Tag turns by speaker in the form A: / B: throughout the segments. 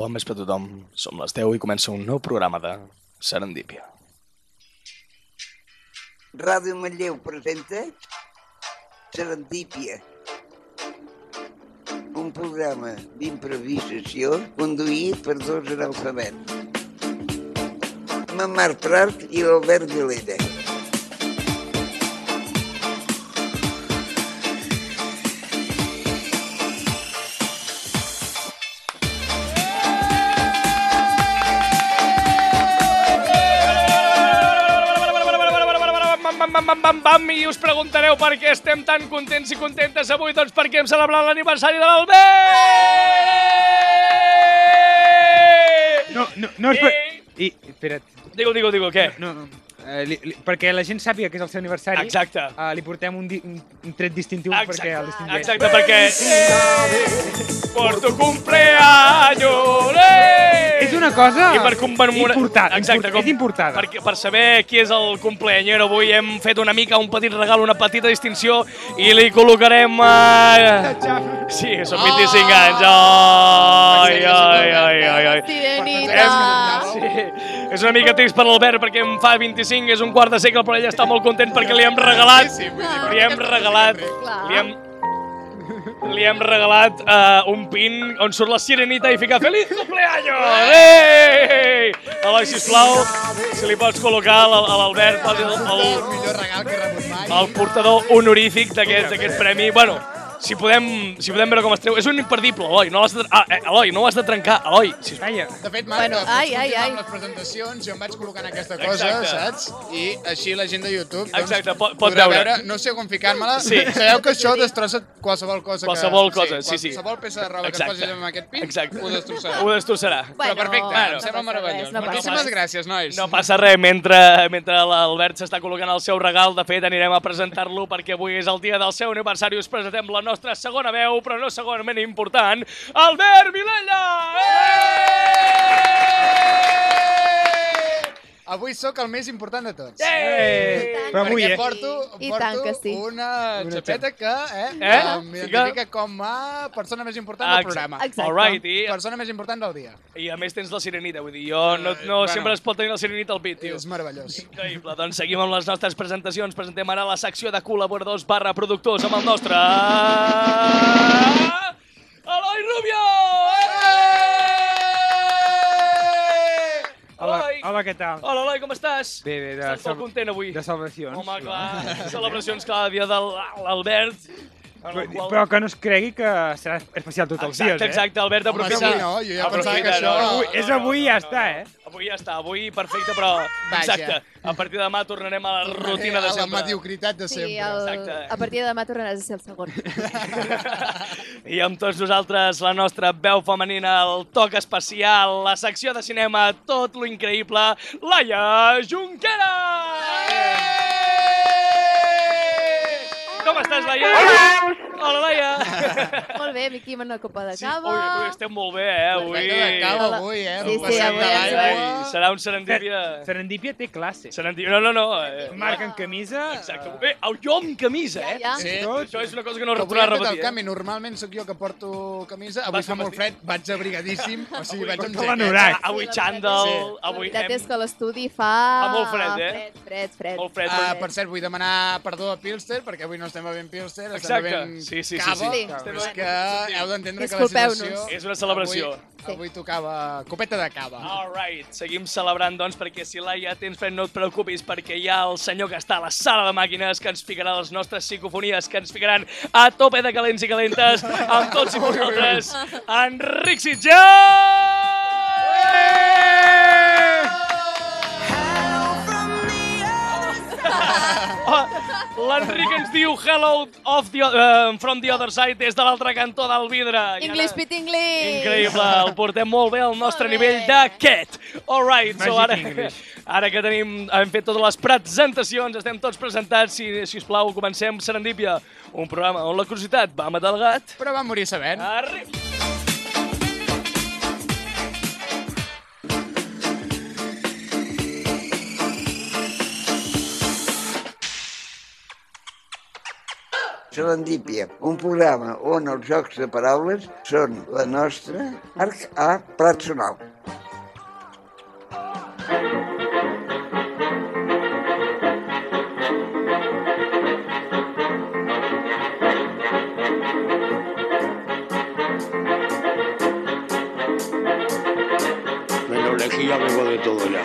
A: Bon vespre a tothom. Som les 10 i comença un nou programa de Serendípia.
B: Ràdio Manlleu presenta Serendípia, un programa d'improvisació conduït per dos analfabets, Mamar Prat i l'Albert Vilera.
C: Bam, bam, bam, bam, bam, bam, i us preguntareu per què estem tan contents i contentes avui, doncs perquè hem celebrat l'aniversari de l'Albert!
D: No, no, no, espera.
C: Eh.
D: I, espera't.
C: Digue-ho, digue-ho, digue-ho, què?
D: No, no. eh, li, li, perquè la gent sàpiga que és el seu aniversari,
C: Exacte.
D: eh, li portem un, di, un, un tret distintiu perquè el distingueix.
C: Exacte, perquè... Por tu cumpleaños! eh!
D: És una cosa
C: I per commemorar...
D: important,
C: Exacte,
D: import- és importada.
C: Perquè per saber qui és el cumpleañero avui hem fet una mica un petit regal, una petita distinció i li col·locarem... Eh... Sí, són 25 anys. Ai, ai, ai, ai, ai.
E: Sirenita.
C: Sí, és una mica trist per l'Albert perquè en fa 25, és un quart de segle, però ell està molt content perquè li hem regalat... Li hem regalat...
E: Clar.
C: Li hem, li hem regalat uh, un pin on surt la sirenita i fica Feliz cumpleaños! Ei! Eloi, sisplau, si li pots col·locar a l'Al- a l'Albert el, el,
F: el millor regal que he rebut mai.
C: el portador honorífic d'aquest d'aquest premi. Bueno, si podem, si podem veure com es treu. És un imperdible, Eloi. No l'has de, ah, eh, Eloi, no ho has de trencar. Eloi, si
D: Calla.
F: De fet, Marc,
E: Bueno,
F: bueno,
E: ai, ai, ai.
F: amb les presentacions jo em vaig col·locant aquesta cosa,
C: Exacte.
F: saps? I així la gent de YouTube doncs,
C: Exacte, pot- pot
F: podrà
C: veure.
F: No sé com ficar-me-la.
C: Sí.
F: Sabeu que això destrossa qualsevol cosa.
C: Qualsevol
F: que,
C: cosa, sí, sí.
F: Qualsevol peça de roba
C: Exacte.
F: que es posis amb aquest pin,
C: Exacte.
F: ho destrossarà.
C: Ho destrossarà.
E: Bueno,
F: Però perfecte,
E: bueno,
F: em sembla
E: no passa
F: meravellós.
E: res, no passa
F: Moltíssimes
E: res.
F: gràcies, nois.
C: No passa res mentre, mentre l'Albert s'està col·locant el seu regal. De fet, anirem a presentar-lo perquè avui és el dia del seu aniversari. Us presentem la nostra segona veu, però no segurament important, Albert Vilella!
F: Avui sóc el més important de tots.
C: Eh! Eh!
D: Però avui,
F: Perquè
D: eh?
F: porto,
E: I
F: porto
E: tant que sí.
F: una
D: Una
F: xapeta que eh,
C: Eh?
F: eh? m'identifica com a persona més important
C: Ex-
F: del programa.
E: Exacte.
C: All right, i,
F: Persona més important del dia.
C: i a més tens la sirenita, vull dir, jo no, no
F: Eh, Bueno.
C: sempre es pot tenir la sirenita al pit, tio.
F: És meravellós.
C: Increïble, doncs seguim amb les nostres presentacions. Presentem ara la secció de col·laboradors barra productors amb el nostre... Eloi Rubio! Eh!
D: Hola,
C: Eloi!
D: hola, què tal?
C: Hola, Eloi, com estàs?
D: Bé, bé, de,
C: Estàs molt content avui.
D: de salvacions.
C: Home, clar, celebracions cada dia de l'Albert. en
D: Però,
C: el qual-
D: però que no es cregui que serà especial tots els
C: Exacte,
D: dies, eh?
C: exacte, Albert,
F: Home,
C: aprofita.
F: sí, no, jo ja pensava que
C: Aprofita,
F: això-
D: Avui- és avui i ja està, eh?
C: Avui ja està, avui perfecte, però
F: Vaja.
C: exacte. A partir de demà tornarem a la rutina de
F: A Eh, la
C: sempre.
F: mediocritat de
E: Sí,
F: sempre.
E: el...
C: Exacte.
E: a partir de demà tornaràs a ser el segon.
C: I amb tots nosaltres, la nostra veu femenina, el toc especial, la secció de cinema, tot lo increïble, Laia Junquera! Com estàs, Laia? Hola, Laia!
E: Molt bé, Miqui, amb una copa de cava.
C: Ui, avui estem molt bé, eh? Avui...
F: Perfecte de cava
E: Hola.
F: avui, eh?
E: Sí,
F: Un
E: sí,
F: passat
E: avui
F: de
E: ens
F: l'aigua.
C: Ai, serà un serendipia...
D: Serendipia té classe.
C: Serendipia... No, no, no. Eh.
D: Marc en camisa... eh,
C: Exacte. Bé, el jo amb camisa, eh?
E: Ja, ja.
F: Sí.
D: Tot.
C: Això és una cosa que no
F: Avui
C: retornarà a
F: he fet el
C: repetir. eh?
F: canvi. Normalment sóc jo que porto camisa. Avui
C: Vas
F: fa
C: amb
F: molt
C: vestit.
F: fred, vaig abrigadíssim. O sigui, vaig amb
D: Porta la
F: jaqueta.
D: Norac.
C: Ah, Avui
E: Sí, la
C: xandall,
F: veritat
E: La
C: avui
E: veritat
C: hem...
E: és que l'estudi fa...
C: Fa molt fred, eh?
E: Fred, fred, fred.
C: Molt fred.
F: Ah,
C: Ah,
F: per cert, vull demanar perdó a Pilster, perquè avui no estem bevent Pilster, estem
C: Exacte.
F: bevent
C: Sí, sí, sí,
F: cava.
E: sí.
F: Però
C: Sí.
F: És que heu d'entendre que la
E: Disculpeu-nos.
F: situació...
C: És una celebració.
F: Avui, avui tocava copeta de cava.
C: Alright, seguim celebrant, doncs, perquè si la ja tens fent no et preocupis, perquè hi ha el senyor que està a la sala de màquines que ens ficarà les nostres psicofonies, que ens ficaran a tope de calents i calentes amb tots i vosaltres, Enric Sitjà! Oh, L'Enric ens diu hello of the, uh, from the other side des de l'altre cantó del vidre. I ara-
E: English pit English.
C: Increïble, el portem molt bé al nostre
E: Molt bé.
C: nivell d'aquest. All right, so
D: Magic
C: ara,
D: English.
C: ara que tenim, hem fet totes les presentacions, estem tots presentats, si, si us plau, comencem Serendípia, un programa on la curiositat va matar el gat.
F: Però va morir sabent.
C: Arri...
B: Serendípia, un programa on els jocs de paraules són la nostra arc a Prat Sonal.
G: Menos lejía vengo de todo ya.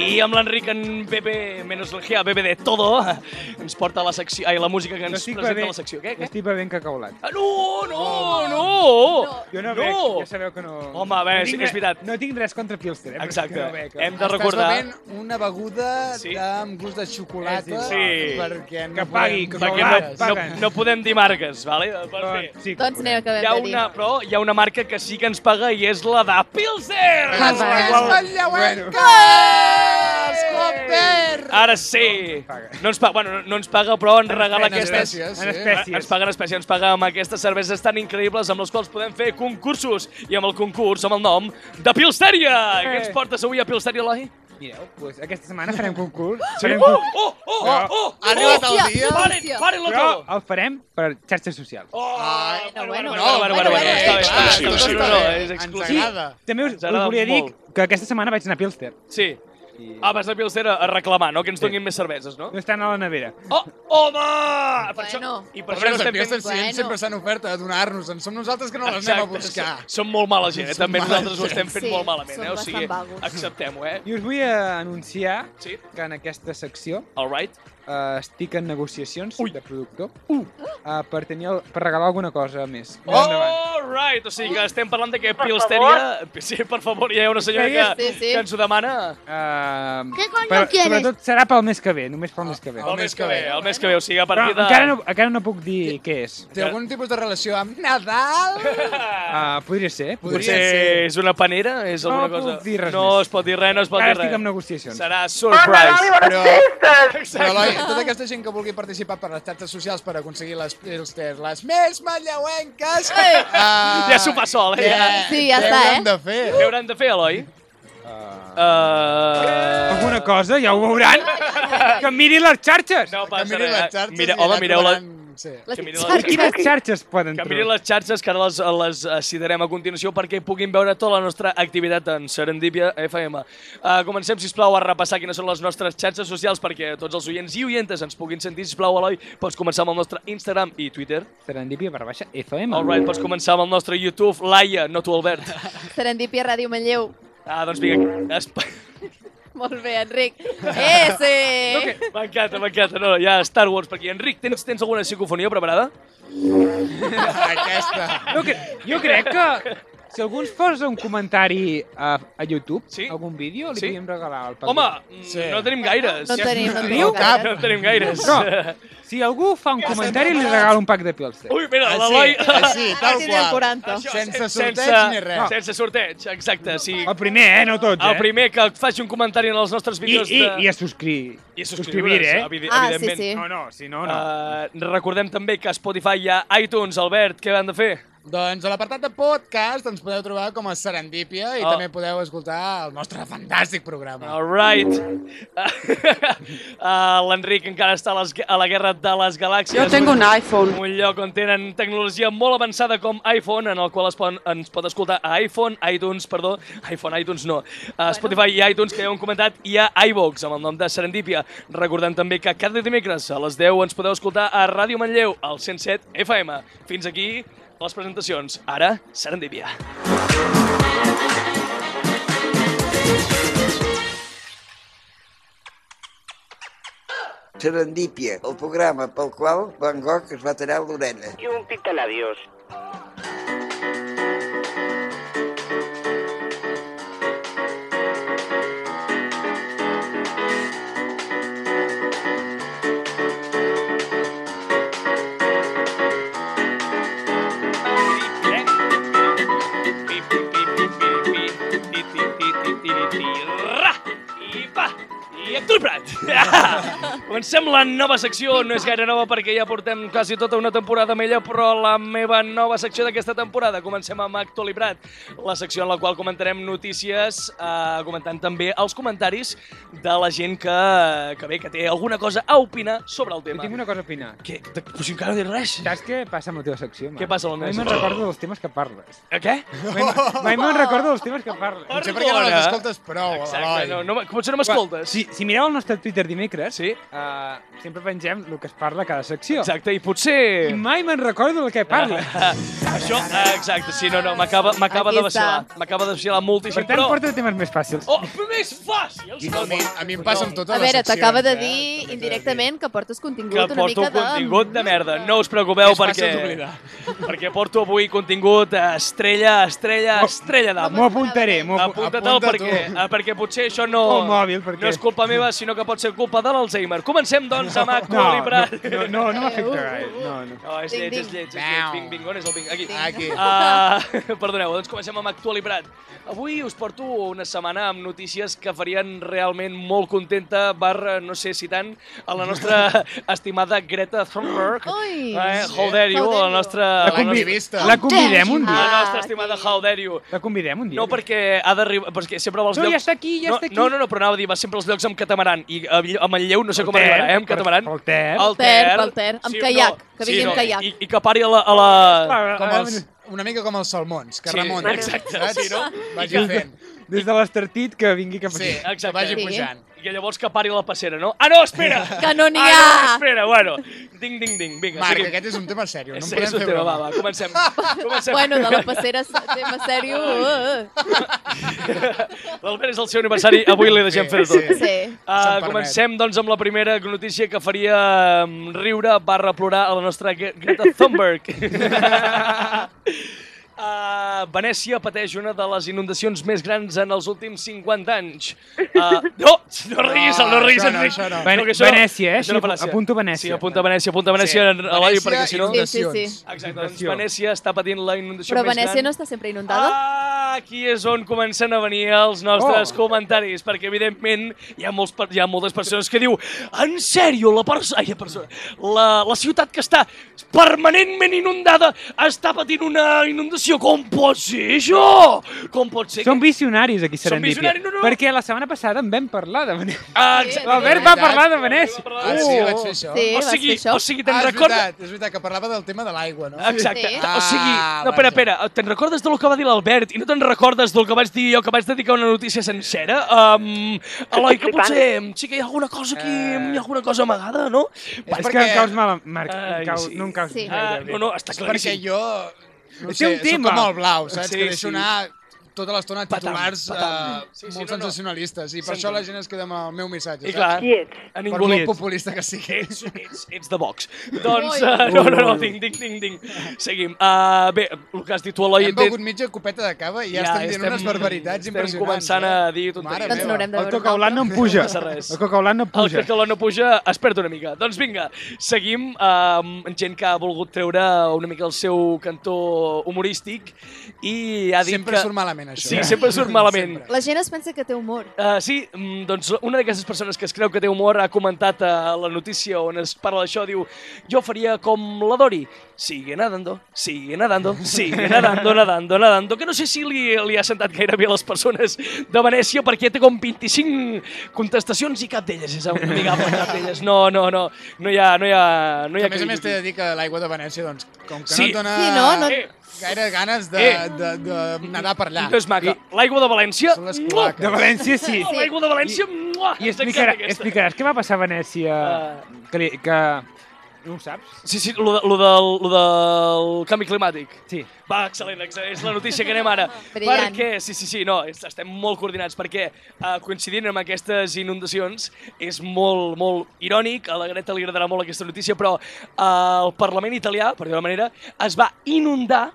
C: I amb l'Enric en BB, menos lejía, BB de todo, ens porta la secció, ai, la música que ens presenta la secció. Què, què?
D: Estic bevent cacaulat.
C: Ah, no, no, no!
E: No.
D: Jo no,
C: No!
D: bec, ja sabeu que no...
C: Home, a veure,
D: no
C: sí
D: tinc
C: que és
D: re-
C: veritat.
D: No tinc res contra Pilster, eh? però sí
C: Exacte.
D: Que no bec, eh?
C: Hem de recordar...
F: Estàs bevent una beguda
C: Sí.
F: sí. amb gust de xocolata
C: Sí.
F: perquè no
D: Que pagui,
F: podem-
D: que
C: Perquè
F: no,
D: Cacaulat,
C: no,
F: no,
C: no,
D: paguen.
C: no podem dir marques, vale? Per
D: Doncs,
C: fer.
D: sí,
E: Doncs anem, acabem
C: Hi ha
E: de dir.
C: una, però hi ha una marca que sí que ens paga i és la de Pilsen! La
F: Ah, va.
C: qual-
F: Són lleuenques, Clopper!
C: Ara sí!
D: paga.
C: No ens paga, bueno, no- no ens paga, però ens regala
F: Gràcies,
C: aquestes... Eh,
F: gràcies,
D: en
F: sí.
D: espècie.
C: Ens paguen espècie, ens paga amb aquestes cerveses tan increïbles amb les quals podem fer concursos i amb el concurs, amb el nom de Pilsteria! Eh. Què ens portes avui a Pilsteria, Eloi?
D: Mireu, pues, aquesta setmana farem concurs.
C: Oh,
D: Farem
C: oh,
D: concurs.
C: oh, oh, oh, oh!
F: Ha arribat el
E: Hòstia, hòstia.
F: dia.
C: Paren, paren-lo
D: Però
C: todo!
D: el farem per xarxes socials.
C: Oh,
F: Ai,
E: no, bueno,
C: bueno, bueno, bueno, bueno, està
F: eh,
C: bé, està bé,
G: Exclusiu,
C: està bé,
G: exclusiu.
C: no, no, és
F: Ens
C: exclusiu.
F: agrada.
D: També us,
C: Ens
D: us
C: agrada
D: volia dir
C: molt.
D: que aquesta setmana vaig anar a Pilster.
C: Sí. Ah, vas a Pilsen a a reclamar, no? Que ens donin més cerveses, no?
D: No estan a la nevera.
C: Oh, home! Per
E: Bueno.
C: això, I per
F: Però
C: això
F: els
C: estem
F: avions
C: fent...
F: si ells
E: Bueno.
F: sempre s'han ofert a donar-nos, en som nosaltres que no les anem a buscar.
C: Som molt mala gent, eh?
F: Som
C: També
F: mala
C: nosaltres ho
F: gent.
C: estem fent
E: Sí,
C: molt malament,
E: som
C: eh? O sigui,
E: bastant vagos.
C: acceptem-ho, eh?
D: I us vull eh, anunciar
C: Sí,
D: que en aquesta secció
C: all right.
D: eh, estic en negociacions
C: Ui. Uh.
D: de productor eh, per, tenir el, per regalar alguna cosa més. Més
C: Oh!
D: endavant.
C: All right, o sigui que estem parlant de que Pilsteria... Sí, per favor, hi ha una senyora que,
E: Sí, sí.
C: que ens ho demana.
D: Eh,
H: ¿Qué coño
D: però,
H: quieres?
D: Sobretot serà pel mes que ve, només pel mes que ve.
F: El
C: El
F: mes
C: més
F: que
C: que ve,
F: ve.
C: el més que ve, o sigui, a
D: Però
C: partir de...
D: encara, no, encara no puc dir què és.
F: Té algun tipus de relació amb Nadal?
C: Ah.
D: Uh, podria ser.
F: Podria
C: Potser
F: ser.
C: és una panera? És
D: No
C: alguna
D: puc
C: cosa...
D: dir res
C: no
D: més.
C: es pot dir res, no es pot
D: Ara
C: dir res.
D: estic en negociacions.
C: Serà surprise.
F: Però, però Eloi, tota aquesta gent que vulgui participar per les xarxes socials per aconseguir les Pilster, les més manlleuenques... Eh!
C: Ja s'ho fa sol, eh?
E: Sí, ja està, eh?
F: Què hauran de fer?
C: Què hauran de fer, Eloi?
F: Ah.
C: Uh...
D: Alguna cosa, ja ho veuran. que miri les xarxes.
C: No
F: Que
C: passa
F: mirin les
C: res.
F: xarxes
C: eh? Mira,
F: i
C: home,
F: la
C: mireu la...
F: trobaran- Sí.
E: Les
C: Que miri la-
D: Per
E: xarxes.
D: quines xarxes poden
C: Que mirin
D: trobar?
C: les xarxes, que ara les, les eh, citarem a continuació perquè puguin veure tota la nostra activitat en Serendipia FM. Uh, comencem, si plau a repassar quines són les nostres xarxes socials perquè tots els oients i oientes ens puguin sentir. Si plau Eloi, pots començar amb el nostre Instagram i Twitter.
D: Serendipia per baixa FM.
C: All right, pots començar amb el nostre YouTube. Laia, no tu, Albert.
E: Serendipia Ràdio Manlleu.
C: Ah, doncs vinga. Espa...
E: Molt bé, Enric. Eh, sí!
C: Okay. M'encanta, m'encanta. No, ja Star Wars per aquí. Enric, tens, tens alguna psicofonia preparada?
F: Aquesta.
D: No, que, jo crec que si algú ens posa un comentari a, a YouTube,
C: Sí.
D: algun vídeo, li
C: Sí.
D: podríem regalar el paper.
C: Home, mm,
F: Sí.
C: no tenim gaires.
E: No en tenim, no en tenim
F: Diu
E: gaires.
C: No en tenim gaires.
D: No. Si algú fa un comentari, li regalo un pack de Pilsen.
C: Ui, mira, l'Eloi...
F: Així, així,
E: Ara
F: tal
E: tindrem
F: qual.
E: 40.
C: Això,
F: Sense
C: sen-
F: sorteig ni res.
C: No. Sense sorteig, exacte. Sí.
D: El primer, eh? No tots, eh?
C: El primer que faci un comentari en els nostres
D: I,
C: vídeos
D: i,
C: de...
D: i a subscriure.
C: I
D: subscriure, eh?
C: Evident,
E: Ah, sí,
C: evidentment.
E: sí.
D: No, no, si no, no.
C: Uh, recordem també que a Spotify hi ha iTunes. Albert, què han de fer?
F: Doncs a l'apartat de podcast ens podeu trobar com a Serendípia i
C: Oh.
F: també podeu escoltar el nostre fantàstic programa.
C: All right. Uh, L'Enric encara està a, les, a la guerra de les galàxies.
I: Yo tengo un iPhone.
C: un lloc on tenen tecnologia molt avançada com iPhone, en el qual es pon, ens pot escoltar a iPhone, iTunes, perdó, iPhone, iTunes no, a Spotify i iTunes, que ja ho hem comentat, i a iVox, amb el nom de Serendipia. Recordem també que cada dimecres a les 10 ens podeu escoltar a Ràdio Manlleu, al 107 FM. Fins aquí les presentacions. Ara, Serendipia.
B: Serendípia, el programa pel qual Van Gogh es va tallar l'orella.
I: Y un pintalabios.
C: Ra! I pa! I Artur Prat! Comencem la nova secció, no és gaire nova perquè ja portem quasi tota una temporada amb ella, però la meva nova secció d'aquesta temporada. Comencem amb Actualibrat, la secció en la qual comentarem notícies, eh, comentant també els comentaris de la gent que, que bé, que té alguna cosa a opinar sobre el
D: Jo
C: tema.
D: tinc una cosa a opinar.
C: Què? Te- Però si encara no he dit res.
D: Saps què passa amb la teva secció, Marc?
C: Què passa amb la
D: A mi
C: meva
D: me'n recordo dels temes que parles.
C: Eh, Què?
D: Mai, me- mai me'n recordo dels temes que parles.
F: Potser perquè no les
C: Perdona.
F: escoltes prou,
C: Exacte,
F: Eloi.
C: no, no, me- potser no m'escoltes.
D: Si, si mireu el nostre Twitter dimecres,
C: Sí.
D: eh, sempre pengem el que es parla a cada secció.
C: Exacte, i potser...
D: I mai me'n recordo del que parles.
C: Ah, Això, ah, exacte, sí, no, no, m'acaba m'acaba
E: Aquí
C: de
E: està.
C: vacilar. M'acaba de vacilar moltíssim,
D: Per tant,
C: però...
D: porta temes més fàcils.
C: Oh, però més fàcil!
F: A mi, a mi em passa amb totes
E: A veure,
F: les seccions.
E: t'acaba de
F: eh?
E: dir indirectament que portes contingut
C: que
E: una
C: porto
E: mica
C: un
E: de...
C: contingut de merda. No us preocupeu
F: És fàcil
C: perquè...
F: d'oblidar.
C: Perquè porto avui contingut eh, estrella, estrella, estrella d'amo.
D: M'ho apuntaré, m'ho apuntaré.
C: Apunta-te'l
F: apunta
C: perquè,
F: tu.
C: eh, perquè potser això no,
D: El mòbil, perquè-
C: no és culpa meva, sinó que pot ser culpa de l'Alzheimer. Comencem, doncs, amb
D: No, no,
C: Actualibrat.
D: no, no, no m'afecta gaire. No, no.
C: No, és
E: Ding,
C: lleig, és
E: ding.
C: lleig, és lleig.
F: Miau.
C: Vinc, vinc, on és el vinc? Aquí.
F: Aquí.
C: Ah, perdoneu, doncs comencem amb Actualibrat. Avui us porto una setmana amb notícies que farien realment molt contenta, barra, no sé si tant, a la nostra estimada Greta Thunberg.
E: Ui.
C: Eh, how dare you,
E: How dare
C: la
E: you.
C: nostra...
F: La
C: nostra-
F: convivista.
D: La convidem un dia.
C: La
E: Ah,
C: nostra estimada
E: sí.
C: How dare you.
D: La convidem un dia.
C: No perquè ha d'arribar... Perquè sempre vols...
D: No, ja està aquí, ja
C: no,
D: està aquí.
C: No, no, no, però anava a dir, va sempre als llocs amb catamaran. I eh, a Vill- a Manlleu no sé
D: El
C: com arribarà,
D: Ter,
C: eh, amb
D: per-
C: catamaran.
D: el Ter.
C: El
E: Ter,
C: Ter.
E: pel Ter, amb caiac, que vingui amb caiac.
C: I, I que pari a la... A la...
D: Ah,
F: Com
D: ah,
F: els, una mica com els salmons, que
C: Sí,
F: remunten.
C: exacte,
F: saps?
C: sí, no?
F: Vagi fent.
D: Des de l'estartit que vingui cap
F: Sí,
D: aquí.
C: Exacte.
F: exacte. vagi
E: Sí.
F: pujant.
C: I que llavors que pari la passera, no? Ah, no, espera!
E: Que no n'hi
C: Ah, no,
E: ha!
C: espera, bueno. Ding, ding, ding. Vinga,
F: Marc,
C: seguim.
F: aquest és un tema seriós, no
C: És,
F: en
C: és
F: podem
C: un
F: fer
C: tema, va,
F: broma.
C: va, comencem. comencem.
E: Bueno, de la passera, s- tema sèrio... Uh, uh.
C: L'Albert és el seu aniversari, avui li deixem
F: Sí,
C: fer-ho tot.
F: sí.
E: Sí.
C: Ah,
F: Se'm permet.
C: comencem, doncs, amb la primera notícia que faria mm, riure barra plorar a la nostra Gre- Greta Thunberg. Uh, Venècia pateix una de les inundacions més grans en els últims 50 anys. Uh, no, no riguis, no, no
F: No,
C: riguis.
F: Ah, això no,
C: Enric.
F: això no.
D: Ven- Venècia, eh?
C: això no
D: Sí,
C: Venècia.
D: apunto Venècia.
C: Sí, apunta Venècia, apunta Venècia, sí. Eloi, perquè si no...
E: Sí.
F: inundacions.
C: Exacte, doncs
D: Inundació.
C: Venècia està patint la inundació
E: Però
C: més
E: Venècia
C: gran.
E: no està sempre inundada?
C: Ah, aquí és on comencen a venir els nostres
D: Oh.
C: oh. comentaris, perquè evidentment hi ha, molts, per- hi ha moltes persones que diu en sèrio, la, perso ai, la, persona, la, la ciutat que està permanentment inundada està patint una inundació. Com pot ser això? Com pot ser?
D: Som
C: que...
D: visionaris aquí,
C: Som
D: Serendipia.
C: visionari, no, no.
D: Perquè la setmana passada en vam parlar de Venècia.
C: Ah, exacte.
D: L'Albert va
F: veritat.
D: parlar de Uh,
C: Va
D: Venècia.
C: parlar de
F: Ah, sí, vaig fer això.
E: Sí,
C: o
E: vas
C: sigui,
E: fer això.
C: o sigui Uh! te'n
F: Ah, és
C: recordes... Ah,
F: veritat, és veritat, que parlava del tema de l'aigua, no?
C: Exacte.
E: Sí.
C: O sigui,
F: Ah,
C: no, espera,
F: vaja.
C: espera, te'n recordes del que va dir l'Albert i no te'n recordes del que vaig dir jo, que vaig dedicar una notícia sencera? Um, Eloi, que
I: flipant.
C: potser um, sí que hi ha alguna cosa aquí, um, hi ha alguna cosa amagada, no?
D: És,
C: Va,
D: que
F: perquè-
D: em caus mal, Marc. Em
C: Ai,
D: caus,
C: sí.
D: No em caus
E: Sí.
C: ah,
D: gaire bé.
C: no, no, està
F: Perquè
C: claríssim.
F: jo... No
D: Té
F: sé,
D: un tema.
F: Soc com el blau, saps?
C: Sí,
F: que deixo
C: sí.
F: anar tota l'estona titulars
C: patam.
F: eh,
C: Sí, sí,
F: molt
C: no, no.
F: sensacionalistes. I per
C: Sento.
F: això la gent es queda amb el meu missatge,
C: I
F: saps?
C: clar,
I: Qui ets?
C: a
F: Per
C: ningú li
F: molt populista que sigui.
C: Ets, ets, ets de Vox. Doncs,
E: Ui.
C: uh, no, no, no, ding, ding, ding, ding. Seguim. Uh, bé, el que has dit tu, Eloi...
F: Hem
C: té-
F: begut mitja copeta de cava i ja, estem dient unes barbaritats
C: estem
F: impressionants.
C: començant
F: eh?
C: a dir tonteries.
F: Mare
E: Doncs
F: meva.
E: n'haurem de
D: El
E: veure un
D: cacaulant no
E: altre.
D: em puja.
C: passa res.
D: El cacaulant no em
C: El
D: puja.
C: cacaló no puja, espera't una mica. Doncs vinga, seguim ah, amb gent que ha volgut treure una mica el seu cantó humorístic i ha dit
F: Sempre
C: que...
F: surt malament, això. eh?
C: Sí, sempre surt malament.
F: Sempre.
E: La gent es pensa que té humor.
C: Uh, sí, mm, doncs una d'aquestes persones que es creu que té humor ha comentat a la notícia on es parla d'això, diu jo faria com la Dori, sigue nadando, sigue nadando, sigue nadando, nadando, nadando, que no sé si li, li ha sentat gaire bé a les persones de Venècia perquè té com 25 contestacions i cap d'elles és amigable, cap d'elles. No, no, no, no hi ha... No hi ha, no hi
F: Que
C: ha
F: a més a més t'he de dir que l'aigua de Venècia, doncs, com que
C: Sí.
F: no et dona
E: Sí, no, no-
C: Eh,
F: gaire ganes de,
C: Eh.
F: de, de nadar per allà.
C: no és maca. L'aigua de València...
F: Són les
C: mua!
F: cloaques.
D: De València, sí.
E: Sí.
C: L'aigua de València... mua!
D: I
C: Ens
D: explicarà,
C: encanta aquesta.
D: explicaràs què va passar a Venècia
C: Ah.
D: que, li, que... No ho saps?
C: Sí, sí, lo, de, lo, del, lo del canvi climàtic.
D: Sí.
C: Va, excel·lent, excel·lent, és la notícia que anem ara.
E: Brillant.
C: Perquè, sí, sí, sí, no, est- estem molt coordinats, perquè eh, coincidint amb aquestes inundacions és molt, molt irònic, a la Greta li agradarà molt aquesta notícia, però eh, el Parlament italià, per dir-ho manera, es va inundar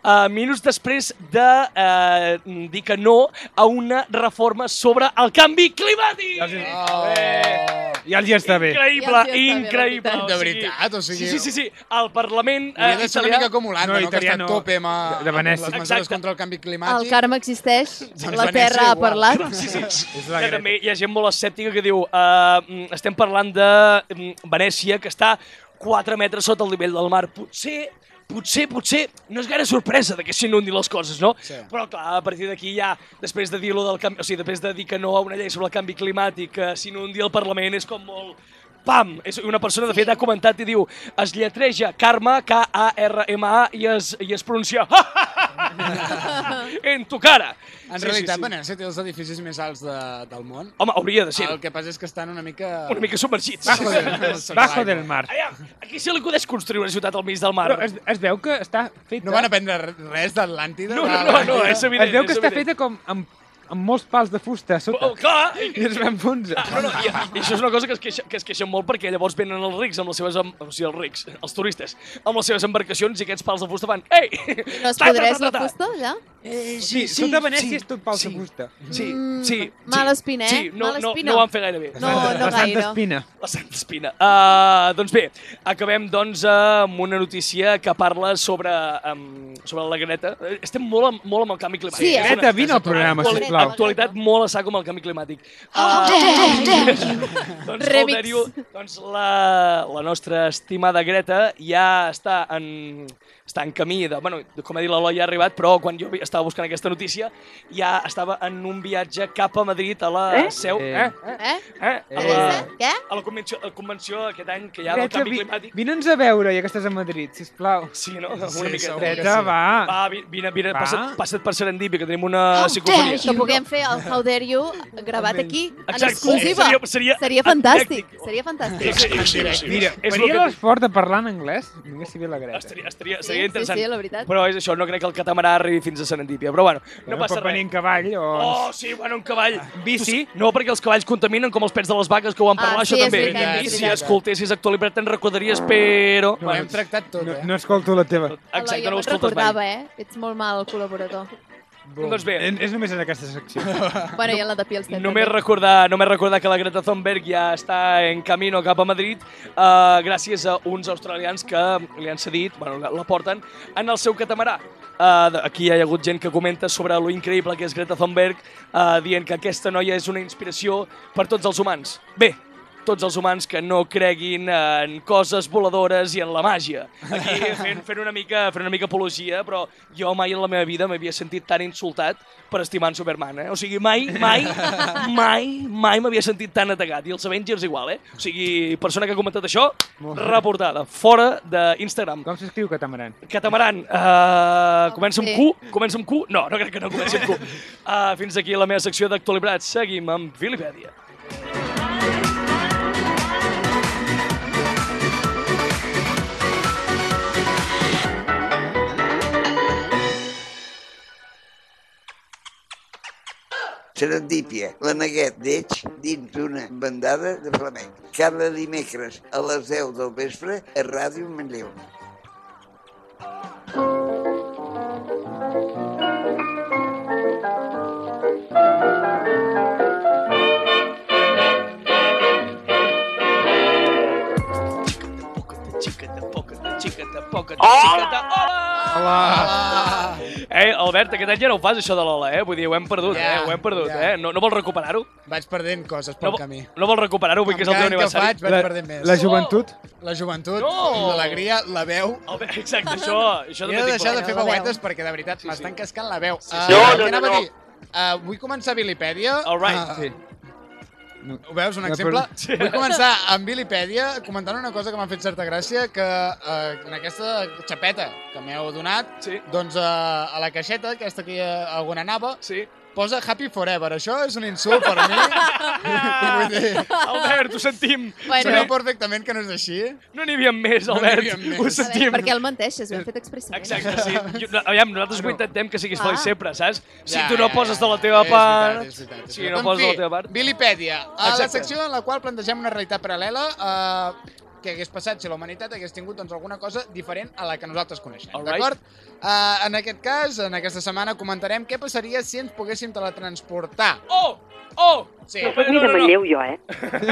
A: eh, minuts després de eh, dir que no a una reforma sobre el canvi climàtic.
D: Ja els hi-
F: Oh.
D: Ja els hi està bé.
A: Increïble,
E: Ja els hi està bé, la
A: increïble.
E: veritat.
A: o
F: De
A: sigui-
F: veritat, o sigui-
A: Sí, sí, sí, sí. El Parlament eh,
F: Hauria de ser una
A: italià...
F: mica com Holanda,
D: No,
F: no, no? que està
D: italià
F: a
D: no.
F: tope amb, eh,
D: De- de Venècia.
F: amb les mesures
A: Exacte.
F: contra el canvi
E: El
F: climàtic.
E: karma existeix,
F: Doncs
E: la
F: Venècia
E: Terra ha
F: igual.
E: parlat.
A: Sí, sí.
D: És la
A: Que
D: Greta.
A: també hi ha gent molt escèptica que diu uh, estem parlant de mm, Venècia, que està 4 metres sota el nivell del mar. Potser, potser, potser, no és gaire sorpresa de que s'inundin les coses, no?
F: Sí.
A: Però, clar, a partir d'aquí ja, després de dir lo del canvi, o sigui, després de dir que no a una llei sobre el canvi climàtic, que s'inundi el Parlament, és com molt... Pam! És una persona, de fet, ha comentat i diu es lletreja Carme, K-A-R-M-A, i es, i es pronuncia en tu cara.
F: En
A: Sí, sí,
F: realitat,
A: sí.
F: Venècia té els edificis més alts de, del món.
A: Home, hauria de
F: Sí.
A: ser.
D: Ah,
F: El que passa és que estan una mica...
A: Una mica submergits.
F: Bajo del,
D: Bajo del mar.
A: Aviam, Eh, aquí se li acudeix construir una ciutat al mig del mar.
D: Però es, es veu que està feta...
F: No van aprendre res d'Atlàntida?
A: No, no, no, no, és evident.
D: Es veu que
A: és
D: està
A: evident.
D: feta com amb, amb molts pals de fusta a sota.
A: Oh, clar! Ah,
D: I es Ah, va enfonsar.
A: No, no, i, i això és una cosa que es, queixa, que es queixen molt perquè llavors venen els rics amb les seves... Amb, o sigui, els rics, els turistes, amb les seves embarcacions i aquests pals de fusta fan... Ei!
E: No es podreix la fusta, allà?
D: Sí, sota Venècia és tot pals de fusta.
A: Sí,
E: Mm,
A: sí.
E: mala
A: sí,
E: espina, eh?
A: Sí, no,
E: Mala
A: no,
E: espina.
A: no ho van fer gaire bé.
E: No, no
D: Bastant
E: gaire.
D: espina.
A: La Santa Espina. Uh, doncs bé, acabem doncs, eh, amb una notícia que parla sobre, um, sobre la Greta. Eh, Estem molt amb, molt amb el canvi climàtic.
E: Sí, eh?
A: És una
D: Greta, vine al programa,
A: actuali-
D: sisplau.
A: Actualitat molt a sac com el canvi climàtic.
E: Ah,
A: Doncs,
E: Remix.
A: Valderio, doncs la, la nostra estimada Greta ja està en, està en camí de... Bueno, com ha dit l'Eloi, ja ha arribat, però quan jo vi- estava buscant aquesta notícia ja estava en un viatge cap a Madrid a la
J: Eh?
A: seu...
D: Eh?
E: Eh?
A: Eh?
D: Ah.
A: A la,
E: Teresa? Què?
A: a la convenció, a la convenció aquest any que hi ha del
D: Greta,
A: canvi
D: vi,
A: climàtic.
D: vine'ns a veure, ja que estàs a Madrid, sisplau.
A: Sí, no? Una
F: Sí,
A: mica.
F: segur.
D: Greta,
F: sí.
D: va.
A: Va, vi- vine, vine,
D: Va.
A: passa't, passa't per Serendipia, que tenim
E: Ah,
A: una psicofonia.
E: Que puguem fer el How Dare You gravat aquí, en
A: Exacte.
E: exclusiva.
A: Seria- seria
E: Seria fantàstic.
A: eclèctic.
E: Seria fantàstic.
D: Mira,
A: és el
D: faria
A: que-
D: l'esforç de parlar en anglès? Només si ve la Greta.
A: Estaria, estaria,
E: Sí,
A: seria
E: sí,
A: interessant.
E: sí, la veritat.
A: Però és això, no crec que el catamarà arribi fins a Serendipia, però bueno, no
D: Bueno,
A: passa
D: pot
A: res.
D: venir en cavall o...
A: Oh, sí, bueno, un cavall.
D: bici.
A: Tu- No, perquè els cavalls contaminen com els pets de les vaques que ho van
E: Ah,
A: parlar,
E: sí,
A: això
E: és
A: també.
E: veritat,
F: és
A: I si
F: veritat.
A: escoltessis actualitat te'n recordaries, però...
F: Ho hem tractat
A: Oh.
F: tot,
D: No,
F: eh?
D: no escolto la teva.
E: Eloi,
A: Exacte,
E: jo
A: no ho
E: me'n
A: escoltes mai.
E: recordava, eh? Ets molt mal col·laborador.
A: Doncs bé.
D: En- És només en aquesta secció.
E: Bueno, i en la de Pielstedt.
A: Només recordar, només recordar que la Greta Thunberg ja està en camino cap a Madrid eh, gràcies a uns australians que li han cedit, bueno, la, la porten, en el seu catamarà. Eh, de- aquí hi ha hagut gent que comenta sobre lo increïble que és Greta Thunberg, eh, dient que aquesta noia és una inspiració per tots els humans. Bé, tots els humans que no creguin en coses voladores i en la màgia. Aquí fent, fent, una mica, fent una mica apologia, però jo mai en la meva vida m'havia sentit tan insultat per estimar en Superman, eh? O sigui, mai, mai, mai, mai m'havia sentit tan atacat. I els Avengers igual, eh? O sigui, persona que ha comentat això, reportada, fora d'Instagram.
D: Com s'escriu catamaran?
A: Catamaran, uh, comença amb
E: Sí.
A: Q? Comença amb Q? No, no crec que no comenci amb Q. Uh, fins aquí la meva secció d'actualitat. Seguim amb Filipèdia.
B: Serendípia, la neguet d'Eix dins d'una bandada de flamenc. Cada dimecres a les 10 del vespre a Ràdio Manlleu.
A: Xicata, pocata, xicata, pocata, xicata, hola!
F: Hola!
A: Eh, Albert, aquest any ja no ho fas, això de l'Ola, eh? Vull dir, ho hem perdut,
F: Ja,
A: eh? Ho hem perdut,
F: ja.
A: eh? No, no vols recuperar-ho?
F: Vaig perdent coses
A: No,
F: pel
A: vo-
F: camí.
A: no vols recuperar-ho, avui que és el
F: Amb
A: teu
F: cada any que ho
A: aniversari.
F: faig, vaig perdent més.
D: la joventut?
A: Oh.
F: La joventut,
A: No!
F: l'alegria, la veu...
A: Albert, exacte, això, això
F: He
A: també
F: de
A: tinc
F: deixar de
A: por.
F: fer
E: la veu.
F: veuetes perquè, de veritat, m'estan cascant la veu. Uh,
K: No, no,
F: què
K: no,
F: anava a
K: no.
F: dir? Uh, vull començar Vilipèdia.
A: All right.
F: Ah,
D: Sí.
F: Ho veus, un
D: No,
F: exemple?
D: però-
A: Sí.
F: Vull començar amb Vilipèdia comentant una cosa que m'ha fet certa gràcia, que eh, en aquesta xapeta que m'heu donat,
A: Sí.
F: doncs eh, a la caixeta, aquesta que hi ha alguna anava,
A: Sí.
F: posa Happy Forever. Això és un insult per mi. Vull dir,
A: Albert, ho sentim.
E: Bueno,
F: sabeu perfectament que no és així.
A: No n'hi havia més,
F: No n'hi
A: Albert.
F: havia més.
A: Ho
E: a veure,
A: sentim.
E: perquè el menteixes, ho hem fet expressament.
A: Exacte, sí. Jo, no, aviam, nosaltres ho intentem que siguis
E: Ah.
A: feliç sempre, saps? Si
F: Ja,
A: tu no
F: ja,
A: poses
F: ja,
A: de la
F: ja.
A: teva
F: És
A: part...
F: veritat, és veritat, és
A: Si
F: veritat.
A: no
F: En
A: poses de
F: fi,
A: la teva part...
F: Vilipèdia, Doncs a la
A: Exacte.
F: secció en la qual plantegem una realitat paral·lela, eh, que hagués passat si la humanitat hagués tingut doncs, alguna cosa diferent a la que nosaltres coneixem,
C: Alright.
F: d'acord? Uh, en aquest cas, en aquesta setmana, comentarem què passaria si ens poguéssim teletransportar.
C: Oh! Oh!
F: Sí,
C: No,
I: Soc ni
C: no,
I: de
C: no.
I: Manlleu, jo, eh?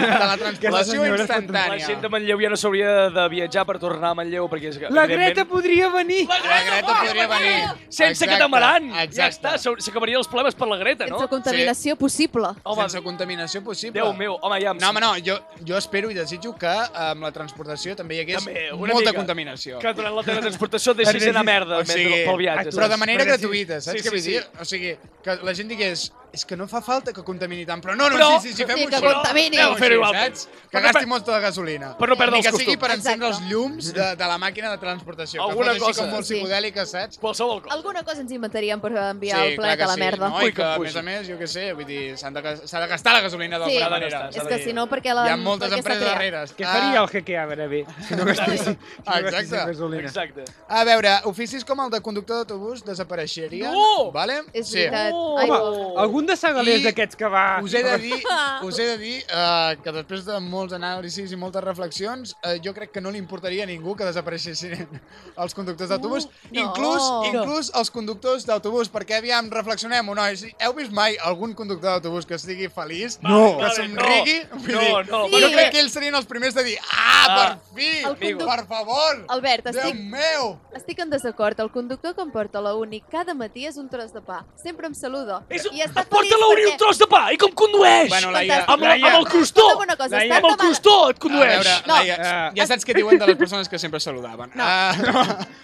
D: Aquesta
F: teletransportació
D: senyora és
C: La gent de
F: instantània.
C: Manlleu ja no s'hauria de viatjar per tornar a Manlleu, perquè és que...
D: La
C: evidentment-
D: Greta podria venir!
C: La Greta,
F: La Greta podria venir.
C: Sense
F: Exacte,
C: catamaran! Ja
F: exacte.
C: està, s'hau- s'acabarien els problemes per la Greta, no?
E: Sense contaminació possible.
C: Home,
F: Sense contaminació possible.
C: Déu meu, home, ja... em-
F: No, home, no, jo, jo espero i desitjo que amb la transportació també hi hagués
C: També, una
F: molta
C: mica.
F: contaminació.
C: Que durant la teletransportació deixis anar merda mentre, pel viatge.
F: Però
C: saps?
F: de manera
D: Perquè sí.
F: gratuïta, saps
C: Sí,
F: què
C: sí,
F: vull
C: sí.
F: dir? O sigui, que la gent digués és que no fa falta que contamini tant, però no, no,
C: Però-
F: sí, sí, sí, fem-ho
E: Sí, que
F: així.
E: contamini.
F: Fem-ho
C: Fer-ho
F: així,
C: igual.
F: saps?
C: Però
F: Que
C: no
F: gasti
C: per-
F: molta gasolina.
C: per no perdre
F: Ni
C: els
F: que sigui per
E: costums.
F: encendre els
E: Exacte.
F: llums de, de la màquina de transportació.
C: Alguna
F: que fas així
C: cosa.
F: com molt
E: Sí.
F: psicodèlica, saps?
C: Qualsevol cosa.
E: Alguna cosa ens inventaríem per enviar el
F: clar
E: planeta a la merda.
F: No?
C: Ui,
F: I que,
C: que
F: a
C: puja.
F: més a més, jo què sé, vull dir, s'han de gas- s'ha de, gastar la gasolina
E: Sí.
F: d'alguna
E: S'ha de
F: manera.
C: gastar,
E: És
F: s'ha
E: que
F: de dir.
E: si no, perquè la...
F: Hi ha moltes
E: perquè s'ha
F: empreses
E: creat.
F: darreres.
D: Què
F: Ah,
D: faria el hackeaver, a bé? Si no gastéssim, si no
F: Exacte.
D: gastéssim gasolina.
C: Exacte.
F: A veure, oficis com el de conductor d'autobús desapareixerien.
C: No!
F: Vale?
E: És veritat.
C: Oh,
E: Ai,
D: Home,
E: oh.
D: algun de segalers
F: I-
D: d'aquests que va...
F: Us he de dir, us he de dir eh, que després de molts anàlisis i moltes reflexions, eh, jo crec que no li importaria a ningú que desapareixessin els conductors d'autobús,
E: Uh, no.
F: inclús, inclús els conductors d'autobús, perquè aviam, reflexionem-ho, nois. Heu vist mai algun conductor d'autobús que estigui feliç?
C: No.
F: Que somrigui?
C: No,
F: Vull
C: no,
F: dir,
C: no,
E: però
F: Jo
E: no
F: crec
E: crec-
F: que ells serien els primers de dir ah, per fi!
E: el conductor-
F: Per favor!
E: Albert,
F: Déu
E: estic,
F: meu!
E: estic en desacord. El conductor que em porta a la uni cada matí és un tros de pa. Sempre em saluda.
C: És un-
E: I està
C: Et porta
E: feliç
C: la Uri
E: perquè-
C: un tros de pa! I com condueix?
F: Bueno,
E: Laia,
C: amb, la,
D: Laia.
C: amb el costó!
E: Escolta'm una cosa,
D: Laia.
E: està
C: Amb el
E: endavant-
C: costó et
F: A
C: condueix!
F: veure,
E: No.
F: Laia,
D: Eh,
F: ja saps què diuen de les persones que sempre saludaven. Ah, No.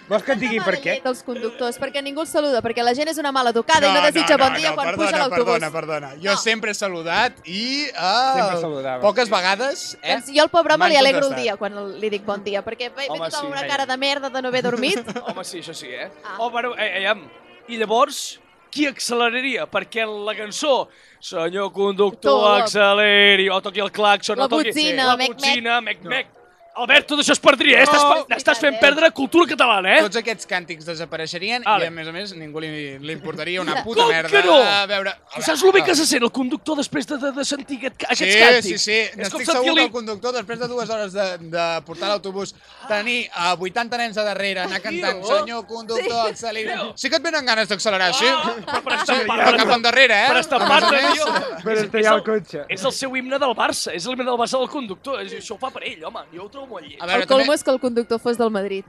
D: Vols que et digui
E: Mala
D: per què?
E: llet als conductors, perquè ningú els saluda, perquè la gent és una mala educada i Ah, no desitja bon dia quan
F: perdona,
E: puja a l'autobús.
F: Perdona, perdona, Jo
E: No.
F: sempre he saludat i... Uh,
D: Sempre saludava.
F: Poques vegades, eh?
E: Doncs jo al pobre home
F: M'han
E: li alegro el
F: contestat.
E: dia quan el- li dic bon dia, perquè ve, ve
F: Home,
E: tota
F: sí,
E: una
F: Laia.
E: cara de merda de no haver dormit.
C: Home, sí, això sí, eh?
E: Ah.
C: Oh, bueno, eh, aviam. I llavors, qui acceleraria? Perquè la cançó, senyor
E: Tu,
C: conductor,
E: la-
C: acceleri, o toqui el claxon,
E: La
C: o toqui...
E: botzina,
C: la
E: mec, mec.
C: botzina, mec, mec. Albert, tot això es perdria, eh? Estàs,
E: No.
C: per- estàs fent perdre cultura catalana, eh?
F: Tots aquests càntics desapareixerien
C: Ale.
F: i, a més a més, ningú li, li importaria una puta
C: Com
F: merda.
C: que no?
F: A veure...
C: Tu saps el bé que se sent el conductor després de, de, de sentir aquest,
F: Sí,
C: aquests càntics?
F: sí, sí.
C: És com
F: N'estic segur
C: sentir-li...
F: que el conductor, després de dues hores de, de portar l'autobús, tenir a 80 nens a darrere, anar cantant,
C: Tio.
F: senyor conductor, accelera... Sí que et venen ganes d'accelerar, sí?
C: Ah, per
F: Sí,
C: estampar-te,
F: però cap endarrere, eh?
C: per estampar-te,
F: A més a
C: tio.
F: més,
D: Per estrellar el cotxe.
C: És el seu himne del Barça, és l'himne del Barça del conductor. És, això ho fa per ell, home. Jo ho trobo molt lleig.
F: A
E: El
F: veure,
E: colmo
F: també,
E: és que el conductor fos del Madrid.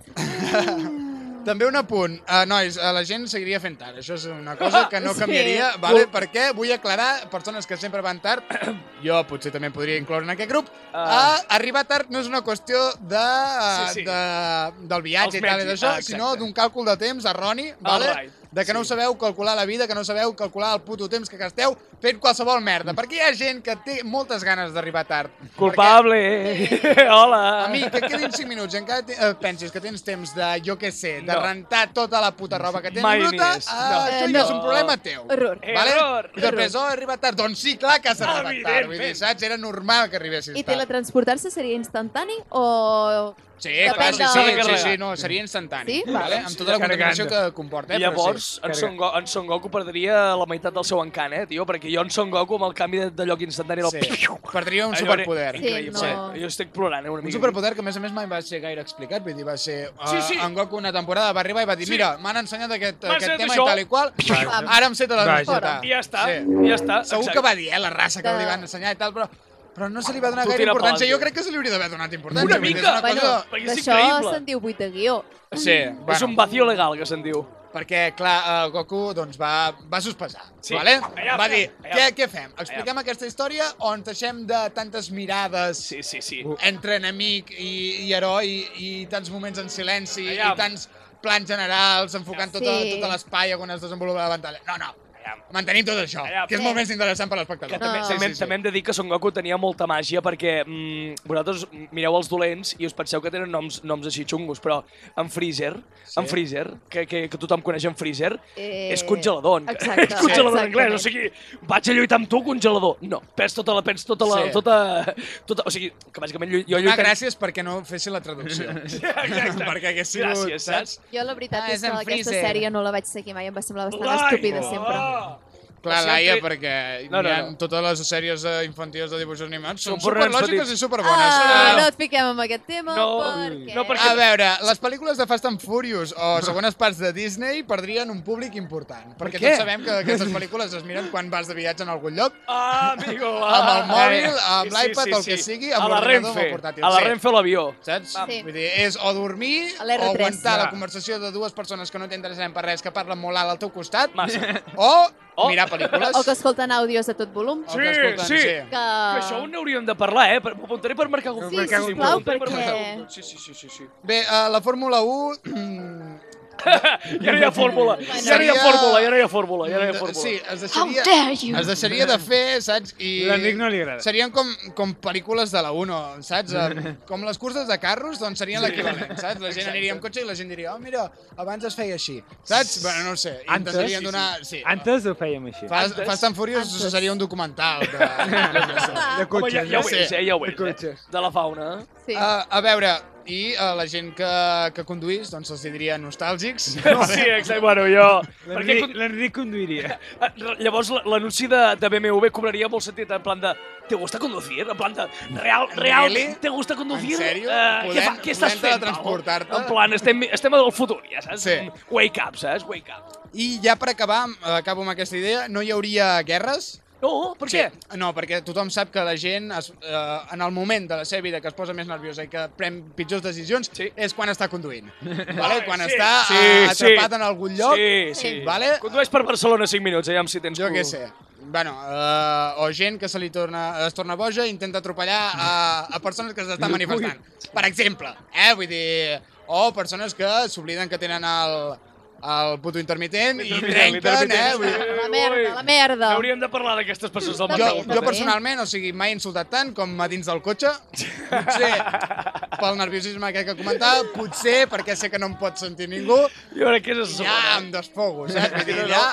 F: també un apunt. Uh, nois, eh, la gent seguiria fent tard. Això és una cosa que no
E: Sí.
F: canviaria, vale? perquè vull aclarar persones que sempre van tard. Jo potser també em podria incloure en aquest grup. Uh,
C: Ah.
F: arribar tard no és una qüestió de, eh,
C: Sí, sí.
F: de del
C: Els
F: viatge i tal, i
C: mèrits,
F: d'això,
C: ah, exacte.
F: sinó d'un càlcul de temps erroni, vale?
C: Alright,
F: de que no
C: sí.
F: sabeu calcular la vida, que no sabeu calcular el puto temps que gasteu fent qualsevol merda. Perquè hi ha gent que té moltes ganes d'arribar tard. Perquè-
C: Culpable. Hola.
F: a mi, que et quedin 5 minuts i encara te- eh, pensis que tens temps de, jo què sé, de
C: No.
F: rentar tota la puta roba que tens
C: Mai
F: bruta,
C: més.
F: eh,
C: No.
F: això
E: Eh,
F: ja és
E: no.
F: un problema teu.
E: Error.
F: Vale?
C: Error.
F: I després, oh, he arribat tard. Doncs sí, clar que has arribat tard. Vull dir,
C: Evidentment.
F: saps? Era normal que arribessis
E: I
F: tard.
E: teletransportar-se seria instantani o...
F: Sí,
E: Depèn
F: clar, sí,
E: de-
F: sí,
C: S'ha de
F: sí, sí,
C: carregar.
F: no, seria instantani.
E: Sí?
F: Vale?
E: Vale.
F: Amb tota la contaminació que comporta.
C: I
F: Eh?
C: llavors,
D: Però
C: en,
D: sí,
C: Son Go en Son Goku perdria la meitat del seu encant, eh, tio? Perquè jo en Son Goku, amb el canvi de, de lloc instantani del...
F: Però sí. sí. Perdria un
C: Allò
F: superpoder.
C: era
E: Sí,
C: increïble.
E: no.
C: Jo estic plorant, eh, una
F: Un
C: mica.
F: superpoder que, a més a més, mai va ser gaire explicat. Vull dir, va ser... Uh,
C: Sí, sí.
F: En Goku una temporada va arribar i va dir
C: Sí.
F: mira, m'han ensenyat aquest,
C: M'han
F: aquest
C: ensenyat
F: tema
C: això.
F: i tal i qual, ara em sé teletransportar.
C: I ja està,
F: Sí.
C: ja està.
F: Segur que va dir, eh, la raça que
E: De-
F: li van ensenyar i tal, però, però no se li va donar
C: Tu
F: gaire
C: tira
F: importància.
C: pel
F: Jo
C: tio.
F: crec que se li hauria d'haver donat importància.
C: Una
F: vull dir, és
C: mica!
F: Una cosa...
C: perquè és
E: d'això
C: increïble.
E: se'n diu buit de guió.
F: Sí,
C: És un vacío legal, que se'n diu.
F: Perquè, clar, el Goku doncs, va, va sospesar,
C: Sí.
F: vale?
C: Allà,
F: va dir,
C: allà.
F: què, què fem? Expliquem aquesta història o ens deixem de tantes mirades
C: Sí, sí, sí.
F: Uh. entre enemic i, i heroi i, tants moments en silenci
C: Allà.
F: i tants plans generals enfocant
E: Sí.
F: tota, tota l'espai on es desenvolupa la pantalla. No, no,
C: Allà.
F: mantenim tot això,
C: Allà.
F: que és
E: Sí.
F: molt més interessant per a l'espectador.
C: Que també,
E: No.
C: també, també hem de dir que Son Goku tenia molta màgia perquè mm, vosaltres mireu els dolents i us penseu que tenen noms, noms així xungos, però en Freezer, sí. en Freezer, que, que, que tothom coneix en Freezer,
E: Eh,
C: és congelador. en-
E: exacte,
C: és congelador en
E: exactament.
C: anglès, o sigui, vaig a lluitar amb tu, congelador. No, perds tota la... Perds tota la
F: Sí.
C: tota, tota, o sigui, que bàsicament llu- jo
F: Donar
C: lluitant...
F: gràcies perquè no fessin la traducció.
C: Exacte.
F: perquè hagués sigut,
C: Gràcies, saps?
E: Jo la veritat
F: Ah,
E: és
F: és
E: que
F: en
E: aquesta
F: Freezer.
E: sèrie no la vaig seguir mai, em va semblar bastant
C: Lai!
E: estúpida sempre.
C: Ah!
F: Clar,
C: Si
F: Laia,
C: entri-
F: perquè
C: No,
F: no,
C: no,
F: no,
C: no.
F: totes les sèries eh, infantils de dibuixos animats
C: Són
F: són
C: porrons
F: superlògiques
C: petits.
F: i superbones.
E: Ah,
F: Eh,
E: no et fiquem amb aquest tema
C: No,
E: perquè...
C: no, perquè-
F: A veure, les pel·lícules de Fast and Furious o segones parts de Disney perdrien un públic important. Perquè
D: què?
F: tots sabem que aquestes pel·lícules es miren quan vas de viatge en algun lloc,
C: Ah, amigo! Ah,
F: amb el mòbil,
C: eh.
F: amb l'iPad, el que sigui,
C: a
F: amb
C: la
F: l'ordinador o
C: Renfe,
F: amb el portàtil.
C: a la
F: Sí.
C: Renfe o l'avió.
F: Saps?
E: Sí.
F: Vull dir, és o dormir
E: A
F: o
E: l'R3.
F: aguantar la
D: Ja.
F: conversació de dues persones que no t'interessem per res, que parlen molt alt al teu costat,
C: Massa.
F: o,
C: O-
F: mirar pel·lícules.
E: O que escolten àudios a tot volum.
F: o que escolten,
C: Sí, sí.
E: Que...
C: Que això ho n'hauríem de parlar, eh? Per- M'ho apuntaré per marcar algun
E: Sí,
C: punt.
E: sisplau,
C: m'ho apuntaré per
E: perquè-
C: marcar algun punt. Sí, sí, sí, sí, sí.
F: Bé, eh, la Fórmula 1...
C: Ja no hi ha fórmula, ja no hi ha
F: Seria-
C: fórmula, ja no hi ha fórmula, ja no hi ha fórmula.
F: Sí, es deixaria, es deixaria de fer, saps? I
D: L'Enric no li agrada.
F: Serien com, com pel·lícules de la 1, saps? Em- Com les curses de carros, doncs serien l'equivalent, saps? La gent aniria amb cotxe i la gent diria, oh, mira, abans es feia així, saps? Bueno, no ho sé,
D: Antes,
F: intentarien
D: sí,
F: donar... Sí,
D: Antes ho fèiem així.
F: Fast,
C: Antes.
F: Fast and Furious
E: Antes.
F: seria un documental.
D: De
F: De...
C: Home, ja,
D: cotxes,
C: ja ho
D: eh?
F: Sí.
C: veus, eh? Ja ho veus, eh?
D: cotxes.
C: De la fauna, eh?
E: Sí.
F: Uh, a veure, i uh, la gent que, que conduís, doncs els diria nostàlgics.
C: Sí, exacte, bueno, jo... Perquè
D: L'Enric- L'Enric conduiria.
C: Ah, Llavors l- l'anunci de, de BMW cobraria molt sentit, en plan de ¿Te gusta conducir? En plan de real, real,
F: Really?
C: ¿te gusta conducir?
F: En sèrio?
C: Eh, què, fa,
F: Podem-
C: què estàs
F: podem
C: fent,
F: teletransportar-te?
C: Pau? En plan, estem, estem al futur, ja saps?
F: Sí.
C: Wake up, saps? Wake up.
F: I ja per acabar, acabo amb aquesta idea, no hi hauria guerres?
C: No, per
F: Sí.
C: què?
F: No, perquè tothom sap que la gent, es, eh, en el moment de la seva vida que es posa més nerviosa i que pren pitjors decisions,
C: Sí.
F: és quan està conduint. vale? Quan
C: sí.
F: està
C: Sí,
F: eh,
C: sí.
F: atrapat en algun lloc,
C: Sí, sí.
F: Vale?
C: Condueix per Barcelona 5 minuts, aviam si tens
F: jo
C: cul.
F: què sé. Bueno, eh, o gent que se li torna, es torna boja i intenta atropellar a, a persones que s'estan manifestant. Per exemple, eh? Vull dir... O persones que s'obliden que tenen el, el puto intermitent i
C: L'intermitent,
F: trenquen,
C: l'intermitent.
F: eh? Vull dir,
E: La merda, la merda.
C: Hauríem de parlar d'aquestes persones del
E: Jo-
F: jo,
E: També,
F: jo
E: també.
F: personalment, o sigui, mai he insultat tant com a dins del cotxe. Potser pel nerviosisme aquest que comentava, potser perquè sé que no em pot sentir ningú,
C: Jo crec que és la
F: ja em
C: segona.
F: desfogo, saps? Vull dir,
C: No, no.
F: ja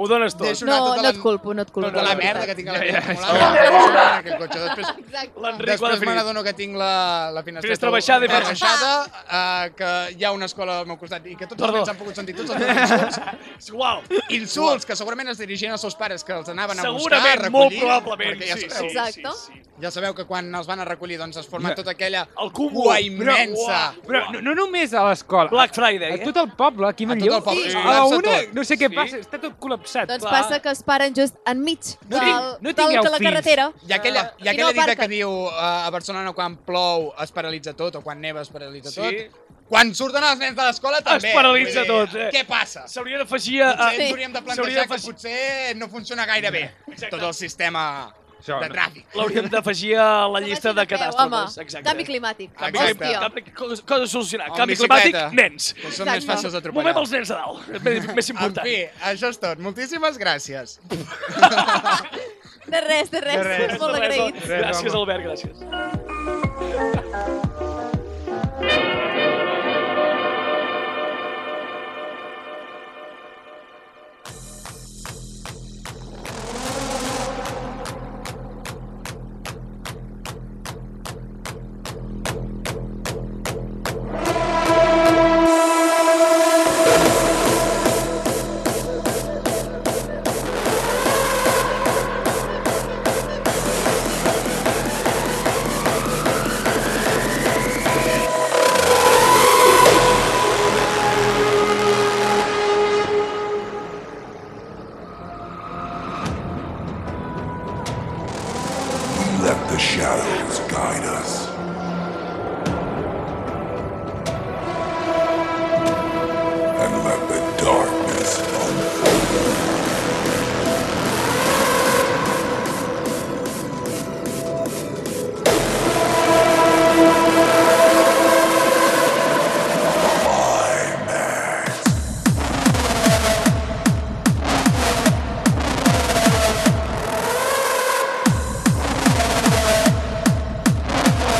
C: Ho dones tot.
F: deixo
E: No,
F: anar tota
E: no
F: la,
E: et culpo, no et culpo.
F: tota la
E: veritat.
F: merda que tinc a la
C: Ja, ja,
F: vida
C: ja.
F: acumulada en aquell cotxe. Després,
E: Exacte.
C: L'Enric- Rico ha
F: Després
C: definit.
F: me n'adono que tinc la, la finestra,
C: Finestra baixada i
F: eh,
C: finestra-
F: baixada eh, que hi ha una escola al meu costat i que tots
C: Perdó.
F: els nens han pogut sentir tots els meus insults.
C: És igual.
F: Insults que segurament es dirigien als seus pares que els anaven a buscar, a
C: Segurament,
F: recollir.
C: molt probablement.
F: perquè Ja,
C: sí,
F: sabeu,
C: sí,
E: Exacte.
C: Sí, sí.
F: ja sabeu que quan els van a recollir doncs es forma
D: Ja.
F: tota aquella
C: El cúmul.
F: cua immensa.
C: Uah,
D: Però no, no només a l'escola.
C: Black Friday,
D: A
C: eh?
D: tot el poble, aquí a
F: A tot
D: Manlleu.
F: el poble,
E: Sí.
F: es
D: A la
F: col·lapsa
D: una,
F: tot.
D: no sé què
C: Sí.
D: passa, està tot col·lapsat.
E: Doncs
C: Clar.
E: passa que es paren just enmig
D: No
E: del,
D: tinc- no
E: del-
D: tingueu
E: de la
D: fills.
E: carretera.
F: Hi ha aquella, hi ha
E: Ah, I no
F: aquella dita que
E: aparquen.
F: diu eh, a Barcelona quan plou es paralitza tot o quan neva es paralitza
C: Sí.
F: tot. Quan surten els nens de l'escola també.
C: paralitza
F: Vull dir,
C: tot, eh.
F: Què passa?
C: S'hauria d'afegir a...
F: Potser
E: Sí.
F: ens hauríem de
C: S'hauria
F: plantejar que
C: d'afegir-
F: potser no funciona gaire bé tot el sistema
D: Això,
F: de
D: no.
F: tràfic.
C: L'hauríem d'afegir a la llista
E: Vagin
C: de
E: a peu,
C: catàstrofes.
E: home.
C: Exacte.
E: Canvi climàtic.
F: Canvi
E: Hòstia.
F: climàtic.
C: Canvi- Coses, coses a solucionar.
F: O en
C: Canvi climàtic,
F: bicicleta.
C: nens.
F: Que Doncs són més
E: Exacte.
F: fàcils d'atropellar.
C: Movem els nens a dalt. és Més, més
F: En
C: important.
F: fi, això és tot. Moltíssimes gràcies.
E: De res, de res.
D: De res.
E: Molt agraïts.
C: Gràcies,
D: Res, home.
C: Albert, gràcies.
H: Let the shadows guide us. And let the darkness unfold.
E: Climax.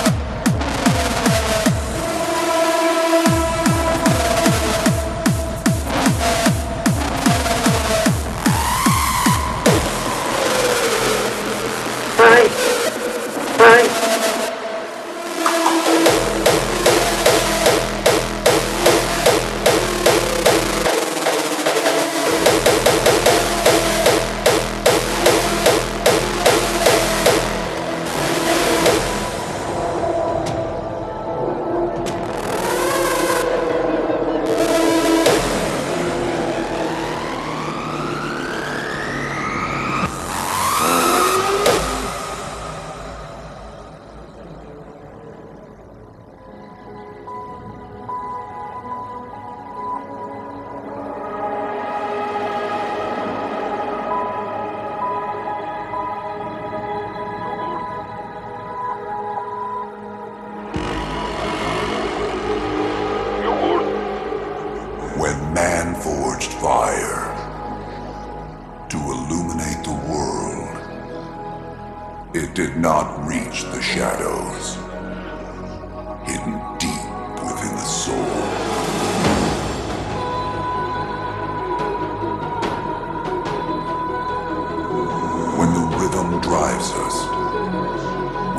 H: It did not reach the shadows. Hidden deep within the soul. When the rhythm drives us,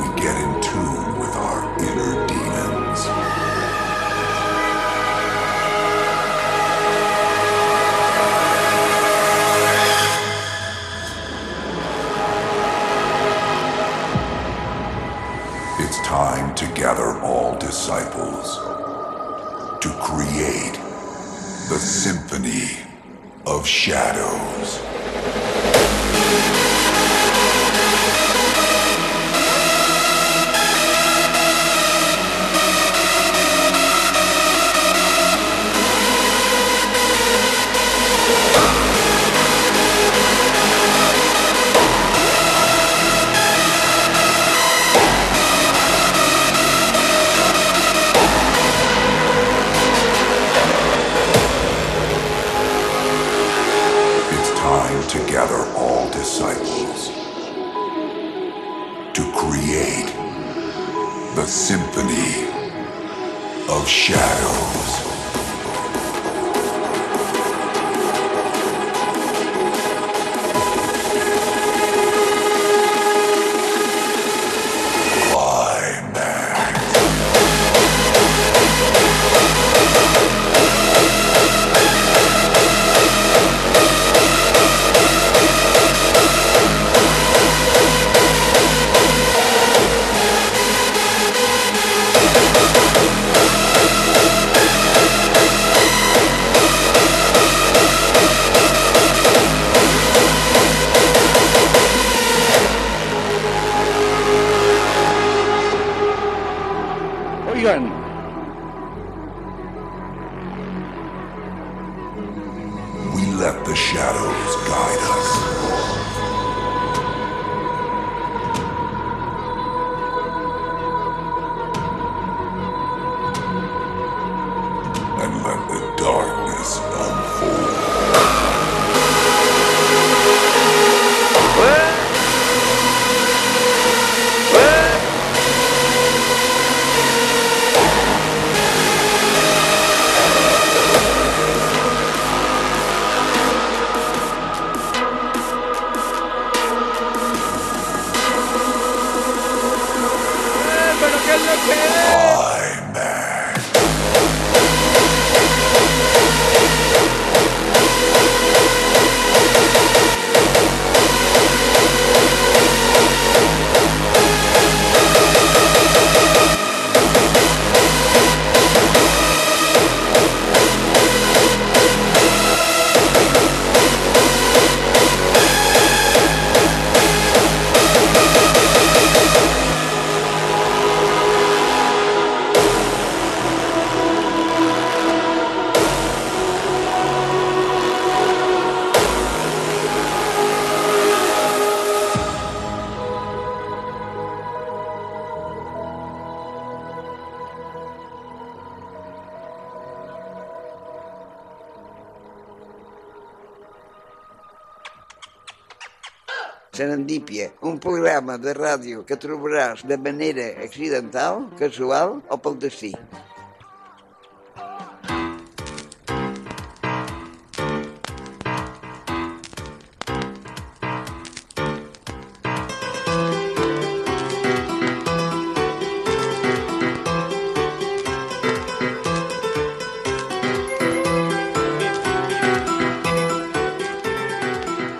H: we get in tune with our inner demons. It's time to gather all disciples to create the symphony of shadows. It's time to gather all disciples to create the symphony of shadows. Climax. We let the shadows guide us. And let the darkness unfold.
B: Serendípia, un programa de ràdio que trobaràs de manera accidental, casual o pel destí.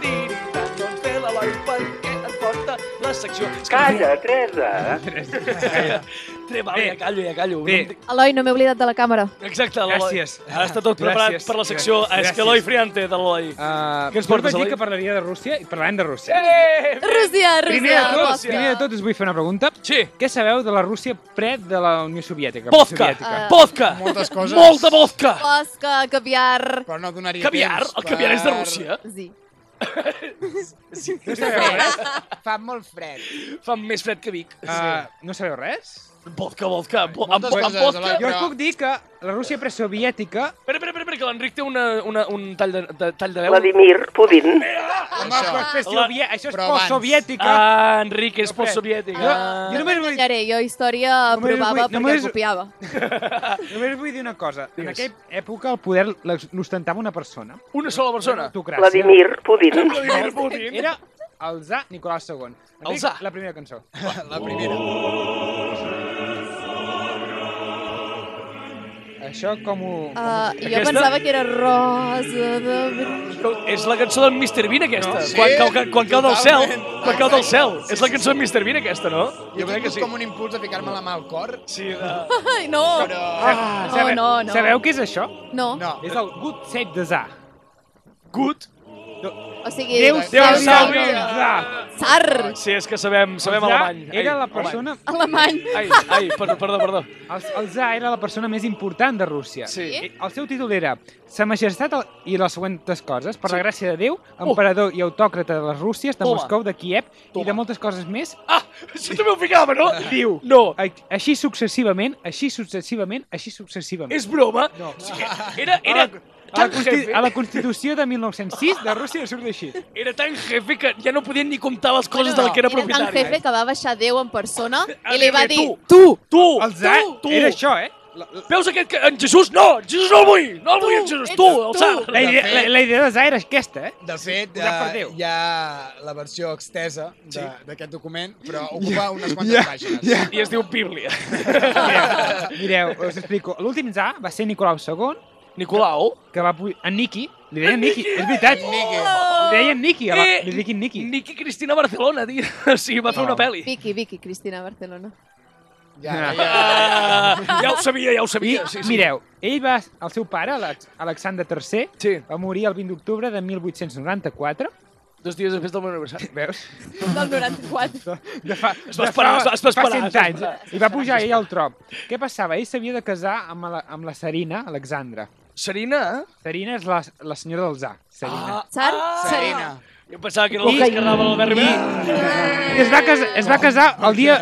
C: Tiri-tant, doncs ve l'Eloi perquè et porta la secció... És que-
I: Calla, Teresa.
C: Tre, va, ja callo, ja callo.
D: Bé.
C: No em dic-
E: Eloi, no m'he oblidat de la càmera.
C: Exacte, l'Eloi.
D: Gràcies.
C: Ara està tot preparat
D: Gràcies.
C: per la secció
D: Gràcies.
C: Esqueloi Friante de l'Eloi.
D: Uh,
C: Ah, Què ens
D: jo
C: portes,
D: vaig dir
C: Eloi?
D: que parlaria de Rússia i parlem de Rússia.
C: Eh,
E: Rússia, Rússia,
D: Primer de, tot,
E: Rússia.
D: primer de tot us vull fer una pregunta.
C: Sí.
D: Què sabeu de la Rússia pre de la Unió Soviètica?
C: Vodka!
D: Soviètica?
E: Eh,
C: Vodka!
F: Moltes coses.
C: Molta vodka!
E: Bosca, caviar...
F: Però no donaria
C: Caviar?
F: temps
C: El caviar és de Rússia?
E: Sí.
D: eh?
F: No sabeu res? Fa molt fred.
C: Fa més fred que Vic.
D: Uh, Ah, no sabeu res?
C: Vodka, vodka. Bo amb,
F: Moltes
C: amb
F: coses,
C: vodka...
F: Eloi.
D: Jo us puc dir que la Rússia presoviètica...
C: Espera, espera, espera, espera, que l'Enric té una, una, un tall de, de, tall de veu.
I: Vladimir Putin.
D: Home,
F: Això.
D: això,
C: La-
D: això és
F: Però abans.
D: postsoviètica.
C: Ah, Enric, és
D: Jo crec.
C: postsoviètic.
D: Jo-
C: Ah.
D: jo només vull,
E: Callaré, jo història
D: Només
E: provava
D: vull-
E: perquè
D: només-
E: copiava.
D: només vull dir una cosa. En
C: Digues.
D: aquella època el poder l'ex- l'ostentava una persona.
C: Una sola persona.
D: Autocràcia.
I: Vladimir Putin.
C: Vladimir Putin.
D: Era el Zà Nicolás II. Enric,
C: El tsar.
D: La primera cançó.
F: La primera.
D: Això com ho...
E: Uh, jo
C: Aquesta-
E: pensava que era rosa de... br-
C: Escolta, És la cançó d'en Mr. Bean, aquesta.
F: No? Sí,
C: quan, cau, ca- quan cau del cel.
F: totalment.
C: Quan cau del cel. És la cançó d'en Mr. Bean, aquesta, no?
F: Jo crec que sí. com un impuls de ficar-me la mà al cor,
C: Sí, de...
E: Ai, no!
F: però...
D: Ah,
E: No, no, no.
D: Sabeu què és això?
E: No.
F: No.
D: És el Good Save the Zà.
C: Good.
E: O sigui...
D: Déu,
F: Déu
D: Déu salvi
F: salvi
D: el
F: el
D: Zà.
E: Sar!
C: Sí, és que sabem, sabem
D: El tsar
C: alemany. Ai,
D: Era la
C: alemany.
D: persona...
E: Alemany.
C: Ai, ai, perdó, perdó, perdó.
D: El, el Tsar era la persona més important de Rússia.
C: Sí.
D: I El seu títol era Sa Majestat el- i les següents coses,
C: Sí.
D: per
C: Uh.
D: la gràcia de Déu, emperador i autòcrata de les Rússies, de
C: Toma.
D: Moscou, de Kiev
C: Toma.
D: i de moltes coses més.
C: Ah, això també ho ficava, no?
D: Diu,
C: No,
D: a- així successivament, així successivament, així successivament.
C: és broma.
D: No. Ah,
C: Sí, Era, era
D: A la,
C: tan eh?
D: consti...
C: jefe,
D: a la Constitució de 1906 de Rússia surt així.
C: era tan jefe que ja no podien ni comptar les coses del que era
E: Era tan
C: propietari.
E: jefe que va baixar Déu en persona
C: A
E: i li va
C: dir-li,
E: dir...
C: tu, tu,
D: El Tsar
C: tu,
D: era això, eh? La,
C: Veus aquest que... En Jesús, no! En Jesús no el vull! No el vull, en Jesús!
E: ets
C: Tu, el
E: tu.
C: Tsar!
D: la, idea, la, la idea de Tsar era aquesta, eh?
F: De fet,
D: Posat per
F: eh,
D: Déu.
F: hi ha la versió extesa de- d'aquest document, però ocupa unes quantes pàgines.
C: I es diu Bíblia.
D: Mireu, us explico. L'últim Tsar va ser Nicolau II,
C: Nicolau?
D: que va pu- en Niki, li deien Niki, és veritat.
F: Niki.
D: Li deien Niki, a la,
C: Eh,
D: li diguin Niki.
C: Niki Cristina Barcelona, tio. Sí, va fer una pel·li.
E: Vicky, Vicky, Cristina Barcelona.
F: Ja,
D: Ah.
F: ja,
C: Ah, ja ho sabia, ja ho
D: I,
C: sabia. Sí, sí.
D: mireu, ell va, el seu pare, Alex- Alexandre III,
C: Sí,
D: va morir el 20 d'octubre de 1894.
C: dos dies després del meu aniversari.
D: Veus?
E: Del 94.
C: Ah.
D: De fa,
C: Es va esperar, es va- es va
D: fa
C: esperar,
D: 100
C: es va
D: anys. I va pujar ell al tron. Què passava? Ell s'havia de casar amb la, amb la Serina, Alexandra.
C: Serina, eh?
D: Serina és la, la senyora del Zà. Serina.
C: Ah.
E: Sar?
F: Serena.
C: Jo pensava que era el que esquerrava l'Albert Rivera.
D: I es va casar, es va casar el dia,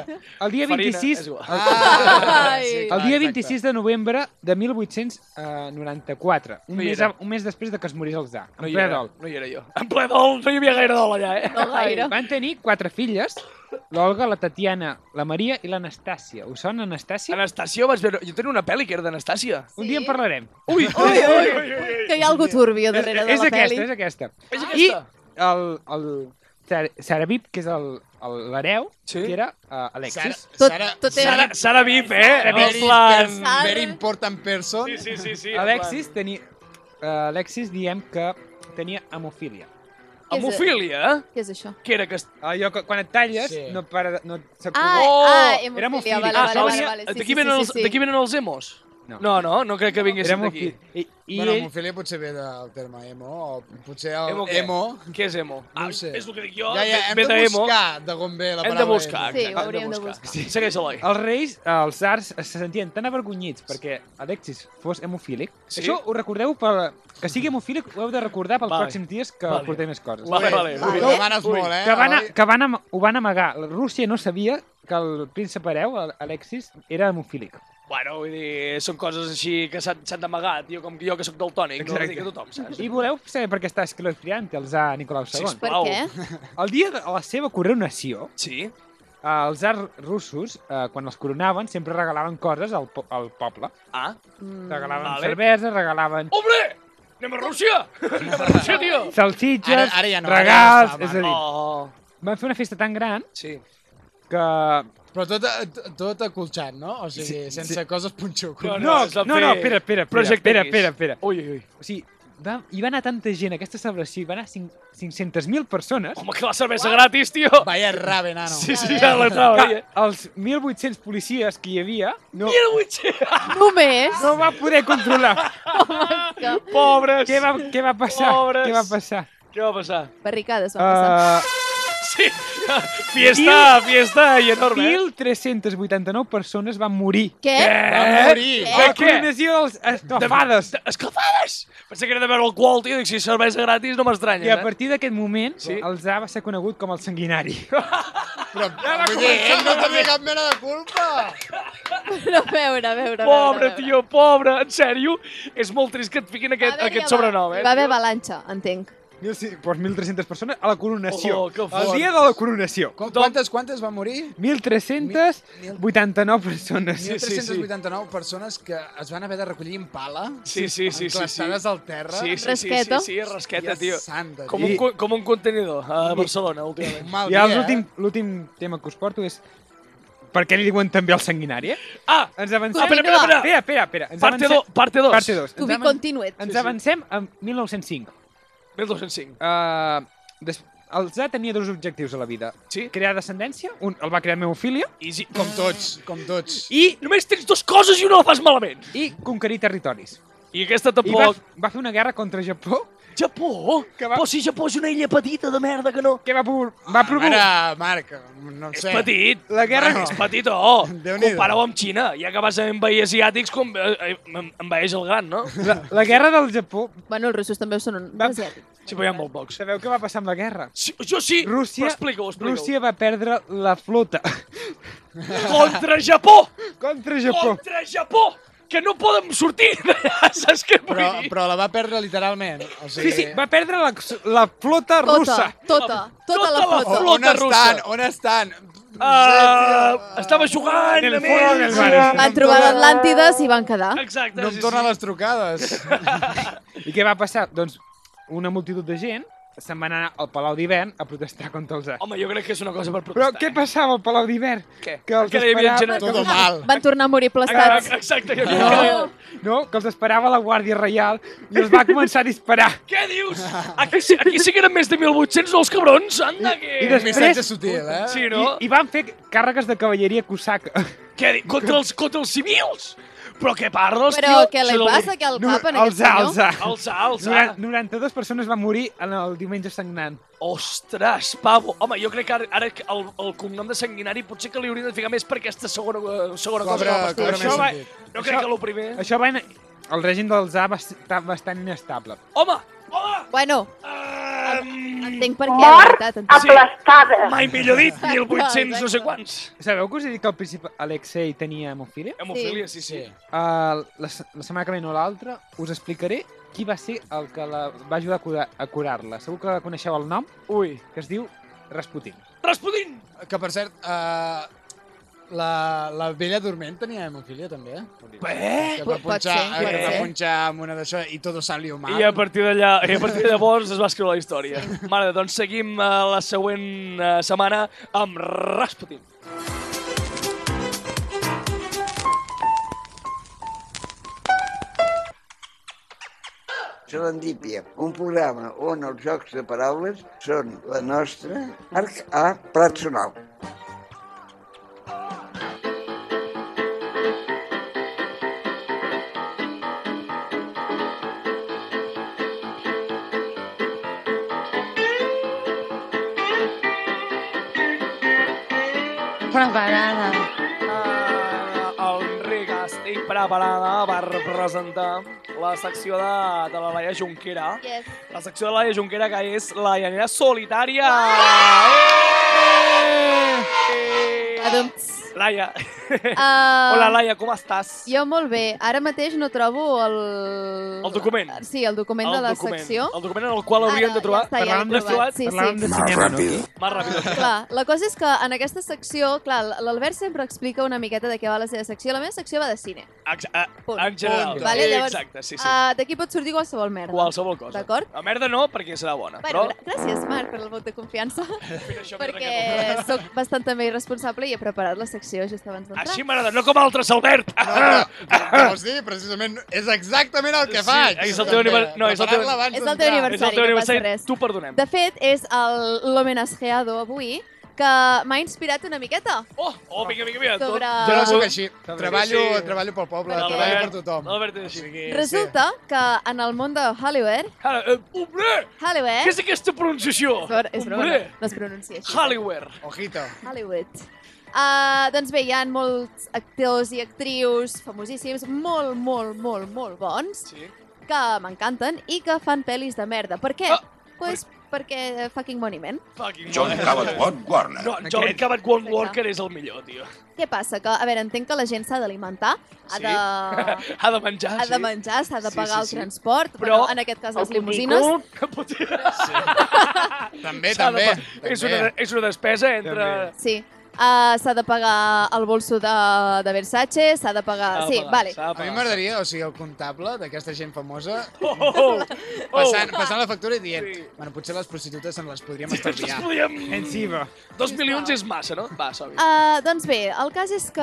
D: el dia
C: Farina,
D: 26...
C: és igual.
F: Ah,
E: Ai.
F: sí, clar,
D: El dia
F: exacte.
D: 26 de novembre de 1894, un,
C: No hi
D: mes,
C: era.
D: a- un mes després de que es morís el Zà, en
C: No hi
D: ple
C: era,
D: dol.
C: no hi era jo. En ple dol, no hi havia gaire dol allà, eh?
E: No gaire.
D: Van tenir quatre filles, l'Olga, la Tatiana, la Maria i l'Anastàcia. Us sona Anastàcia?
C: Anastàcia, vaig veure... Jo tenia una pel·li que era d'Anastàcia.
D: Un dia en parlarem.
C: Ui, ui, ui, ui, ui.
E: Que hi ha algú turbio
D: És,
E: darrere de
D: és
E: la
D: aquesta,
E: pel·li.
D: és aquesta.
C: És aquesta?
D: I el, el Sar- Sarabip, que és el- el- l'hereu,
C: Sí.
D: que era uh, Alexis.
F: Sara-
E: Tot,
F: Sara-
E: tot
C: Sara,
E: era...
C: Sara Vip, eh? En
F: Very,
C: el plan...
F: very- very important person.
C: Sí, sí, sí, sí. en
D: Alexis tenia... Uh, Alexis diem que tenia hemofília.
C: plan. Hemofília, eh?
E: Què és això?
C: Que era que... es-
D: Allò que quan et talles
F: Sí.
D: no para de, no
E: Ah,
D: s'acumula.
E: ah,
D: era
E: hemofília,
D: hemofília.
E: vale,
D: Ah,
E: vale,
D: no,
E: vale,
D: mira,
E: vale. Sí,
C: Oh! D'aquí
E: sí,
C: venen,
E: sí,
C: els-
E: sí,
C: d'aquí
E: sí.
C: venen els emos?
D: No.
C: No, no, no crec que
D: era
C: vinguessin d'aquí.
D: hemofília. I, i
F: Bueno,
D: ell,
F: hemofilia potser ve del terme emo, o potser el
C: Emo
F: emo...
C: què? Què és emo? Ah,
F: No ho sé.
C: És el que dic jo,
F: ja, ja, hem
C: ve
F: de
C: de emo.
F: buscar d'on ve la
C: Hem
F: paraula
C: de buscar,
E: Sí,
C: exacte,
E: ho hauríem
C: hem
E: de
C: Sí. Segueix, Eloi.
D: els reis, eh, els arts, se sentien tan avergonyits perquè Alexis fos hemofílic.
C: Sí.
D: Sí? Això ho recordeu per... Que sigui hemofílic ho heu de recordar pels
C: Vale.
D: vale. pròxims dies que
C: Vale.
D: vale. portem més coses.
C: Vale,
F: Ui,
C: vale.
F: Ho
C: ui.
F: demanes
C: Ui.
F: molt, eh?
D: Que, van, a,
F: Eloi?
D: que van am- ho van amagar. La Rússia no sabia que el príncep hereu, el- Alexis, era hemofílic.
C: Bueno, vull dir, són coses així que s'han s'han d'amagar, tio, com que jo que sóc daltònic, no ho dic a tothom, saps?
D: I voleu saber per què està escalofriant el tsar Nicolau II?
C: Sisplau.
E: Per
C: Au.
E: què?
D: El dia de la seva coronació,
C: Sí?
D: eh, els arts russos, eh, quan els coronaven, sempre regalaven coses al, po al poble.
C: Ah?
D: Regalaven
C: vale.
D: cervesa, regalaven
C: Hombre! Anem a Rússia! Anem a Rússia, tio!
D: salsitxes,
F: Ara- ara ja no, ara ja
D: regals...
F: no estava.
D: és a dir,
C: Oh,
D: van fer una festa tan gran
C: sí.
D: que...
F: Però tot, eh, tot acolxat, no? O sigui, sense coses punxuc.
C: No,
D: No,
C: es va
D: no, no,
C: fer
D: espera, espera, espera,
C: Project
D: espera,
C: X.
D: espera, espera.
C: Ui, ui, ui.
D: O sigui, va, hi va anar tanta gent a aquesta celebració, hi van anar cinc- 500.000 persones,
C: Home, que la cervesa gratis, tio!
F: Vaya rave, nano.
C: Sí, sí, ja la trava,
D: que
C: eh?
D: els 1.800 policies que hi havia no,
C: eh.
E: Només?
D: no va poder controlar.
C: Pobres!
D: què, va, què va passar?
C: Pobres.
D: Què va passar?
C: Què va passar?
E: Barricades van passar.
D: Uh,
C: Sí! Fiesta, fiesta i
D: Ah,
C: enorme, eh?
D: 1.389 persones van morir.
E: Què?
F: Va morir.
E: Eh?
D: A la
C: què?
D: coronació dels estofades.
C: Escalfades! Pensava que era de veure alcohol, tio, dic, si cervesa gratis no m'estranya,
D: I a
C: eh?
D: partir d'aquest moment,
C: Sí.
D: el Zà va ser conegut com el sanguinari.
F: Però, vull dir, ell no tenia cap mena de culpa.
E: Però a veure, a veure... a veure, a
C: Pobre,
E: veure.
C: tio, pobre, en sèrio. És molt trist que et fiquin
E: Va
C: aquest,
E: haver-hi
C: aquest
E: ava-
C: sobrenom, eh?
E: Hi va haver avalanxa, entenc.
D: Mil ci- Doncs 1.300 persones a la coronació.
C: Oh, que
D: el
C: fort.
D: dia de la coronació.
F: Qu- Quantes, quantes van morir?
D: 1.389 persones.
F: 1.389 persones que es van haver de recollir en pala,
C: Sí, sí, sí, sí. sí.
F: enclastades al terra.
C: Sí, sí, sí, sí,
E: Rasqueta.
C: sí, rasqueta,
F: Hòstia
C: tio.
F: santa,
C: Com
F: tio.
C: un, co- com un contenidor a Barcelona, últimament.
F: Mal
D: I ara
F: dia,
D: l'últim
C: eh?
D: l'últim tema que us porto és... Per què li diuen també el sanguinari? eh?
C: Ah!
D: Ens avancem...
C: Espera, espera, espera.
D: Espera, espera, espera. Ens
C: Parte
D: avancem-
C: 2, parte 2.
D: Parte 2.
E: To be continued.
D: Ens avancem a 1905.
C: 1205.
D: Uh, des... El Zà tenia dos objectius a la vida.
C: Sí.
D: Crear descendència, un el va crear Meofília,
C: Easy.
F: Com tots, com tots.
C: I només tens dues coses i una la fas malament.
D: i conquerir territoris.
C: I aquesta
D: I va,
C: tampoc.
D: va fer una guerra contra Japó,
C: Japó?
D: Que va-
C: Però si Japó és una illa petita de merda que no...
D: que va, pro-
C: Ah,
D: va provocar...
F: Mare, Marc, no
C: És
F: sé.
C: petit.
D: La guerra-
C: Bueno, és petit, oh.
F: Déu-n'hi-do.
C: Compara-ho amb Xina. Ja que vas a envair asiàtics, com... eh, em- envaeix el gran, no?
D: La, la guerra del Japó...
E: Bueno, els russos també ho són un
D: Va-
E: asiàtics.
C: Sí, però hi ha molt pocs.
D: Sabeu què va passar amb la guerra?
C: Sí, jo sí,
D: Rússia,
C: però explica-ho, explica
D: Rússia va perdre la flota
C: Contra Japó!
D: contra Japó.
C: Contra Japó! Que no poden sortir d'allà, saps què vull
F: Però,
C: dir?
F: però la va perdre literalment. O
D: Sí,
F: sigui,
D: sí, va perdre la, la flota russa.
E: Tota, tota,
C: Tota
E: tota la
C: la
F: O,
E: flota.
C: flota.
F: on estan?
C: russa.
F: On estan? Ah.
C: Uh, estava jugant
D: En el
C: amb
D: foro del
C: ells.
D: bar.
E: Van trobar l'Atlàntides i van quedar.
C: Exacte.
F: No em tornen les trucades.
D: I què va passar? Doncs una multitud de gent se'n va anar al Palau d'Hivern a protestar contra els arts.
C: Home, jo crec que és una cosa per
D: Però
C: protestar. eh?
D: què passava al Palau d'Hivern?
C: Què?
D: Que els
C: Que hi havia gent-
D: esperava...
E: Van
F: Todo
E: tornar-
F: mal.
E: Van tornar a morir
C: Ah,
E: aplastats.
C: Exacte. que-
E: No.
D: No, que els esperava la Guàrdia Reial i els va començar a disparar.
C: Què dius? Aquí, sí- aquí sí que eren més de 1.800, no els cabrons? Anda, que...
D: I després-
F: Missatge sutil, eh?
C: Sí, no?
D: I, I van fer càrregues de cavalleria cosaca.
C: Què di... contra, els, contra els civils? Però què parles,
E: Però
C: tio?
E: què li
C: Són el-
E: passa que el cap en
D: els
E: aquest senyor?
D: alza.
C: Alça, alça.
D: 92 persones van morir en el diumenge sagnant.
C: Ostres, pavo. Home, jo crec que ara, ara el, el cognom de sanguinari potser que li haurien de ficar més per aquesta segona, eh, segona cosa.
F: Cobra-
C: que va passar.
F: cobra
C: Això
F: més
C: va...
F: sentit.
C: No crec
D: Això-
C: que el primer...
D: Això va... en- El règim del ZA va estar bastant inestable.
C: Home! Home!
E: Bueno,
C: Um...
E: entenc per què, la veritat. entenc.
I: aplastada.
C: Mai millor dit, 1.800 no sé quants.
D: Sabeu que us he dit que al principi Alexei tenia hemofília?
C: Hemofília, sí, sí.
D: Uh, la, se- la setmana que ve no l'altra us explicaré qui va ser el que la va ajudar a curar- a curar-la. Segur que la coneixeu el nom,
C: Ui.
D: que es diu Rasputin.
C: Rasputin!
F: Que, per cert, eh, la, la vella dorment tenia hemofília, també.
C: Bé!
F: Que
E: Pot-
F: va
E: pot
F: punxar, eh,
E: ser,
F: que
C: Eh, pot
F: va
C: ser.
F: punxar amb una d'això i tot salió mal.
C: I a partir d'allà, i a partir de llavors es va escriure la història. Mare, doncs seguim eh, la següent eh, setmana amb Rasputin.
B: Serendípia, un programa on els jocs de paraules són la nostra arc a Prat Sonal.
L: Preparada.
C: Ah, Enric, estic preparada per presentar la secció de, de la Laia Junquera.
E: Yes.
C: La secció de la Laia Junquera que és la llanera solitària. Eh!
E: Adum.
C: Laia.
E: Ah,
C: Hola, Laia, com estàs?
E: Jo molt bé. Ara mateix no trobo el...
C: El document.
E: Sí, el document de la
C: document,
E: secció.
C: El document en el qual hauríem
E: Ara,
C: de trobar...
E: Ja està, ja
D: Parlàvem
E: l'he
D: de-
E: trobat. Sí,
D: Parlàvem
E: sí.
D: de
H: Más
D: cinema, no?
H: rápido.
C: Més ràpid.
E: Clar, la cosa és que en aquesta secció, clar, l'Albert sempre explica una miqueta de què va la seva secció. La meva secció va de cine.
C: Ex- eh,
E: Punt.
C: En general.
E: Punt. Vale, llavors,
C: Exacte, sí, sí.
E: Ah, D'aquí pot sortir qualsevol merda.
C: Qualsevol cosa.
E: D'acord.
C: La merda no, perquè serà bona.
E: Bueno,
C: però...
E: gra- gràcies, Marc, per el vot de confiança,
C: Mira, això m'he
E: perquè
C: trencat el
E: sóc bastant també irresponsable i he preparat la secció just abans
C: braç.
E: d'entrar.
C: Així m'agrada, no com altres, Albert. Ah,
F: No, no, no, vols dir? Precisament, és exactament el que
C: Sí,
F: faig.
C: és el teu anivers- no, és el teu-
F: Preparar-la abans
E: És el teu
F: d'entrar.
E: anivers-
C: És el teu
E: no passa
C: aniversari,
E: res.
C: tu perdonem.
E: De fet, és el- l'homenajeado avui que m'ha inspirat una miqueta
C: Oh, oh, vinga, vinga, vinga.
E: sobre...
F: Jo no sóc així.
D: Sí.
F: Treballo, treballo pel poble,
E: Perquè-
F: treballo per tothom.
C: Albert és així.
F: que,
E: Resulta que en el món de Hollywood...
C: Ara, eh, obre!
E: Hollywood...
C: Què és aquesta pronunciació?
E: És broma, és broma,
C: Obre!
E: no es pronuncia així.
C: Hollywood.
F: Sí. Ojito.
E: Hollywood. Uh, doncs bé, hi ha molts actors i actrius famosíssims, molt, molt, molt, molt bons,
C: Sí.
E: que m'encanten i que fan pel·lis de merda. Per què?
C: Ah,
E: pues, perquè eh, fucking Monument.
C: Fucking
H: John
C: mare.
H: Cabot Warner.
C: No, John
D: Aquest.
C: Cabot Wong
E: Exacte.
C: Walker és el millor, tio.
E: Què passa? Que, a veure, entenc que la gent s'ha d'alimentar, ha
C: Sí.
E: de...
C: Ha de menjar,
E: Ha
C: sí.
E: de menjar, s'ha de
C: Sí,
E: pagar
C: sí,
E: el
C: sí.
E: transport,
C: Però
E: però, bueno, en aquest cas
I: El
E: les limusines.
I: puticut,
C: Puti-
F: També,
C: S'ha de
F: també.
C: pa- És una, és una despesa entre...
D: També.
E: Sí. Uh, s'ha de pagar el bolso de, de Versace, s'ha de pagar...
C: S'ha de
E: sí,
C: pagar,
E: vale.
C: s'ha de
F: A mi
C: pagar.
F: m'agradaria, o sigui, el comptable d'aquesta gent famosa
C: Oh, oh, oh.
F: passant, passant la factura i dient
C: Sí.
F: bueno, potser les prostitutes se'n les podríem
C: Ens
F: estalviar.
C: podíem...
D: Enciba.
C: Dos milions és massa, no? Va, som -hi.
E: Uh, doncs bé, el cas és que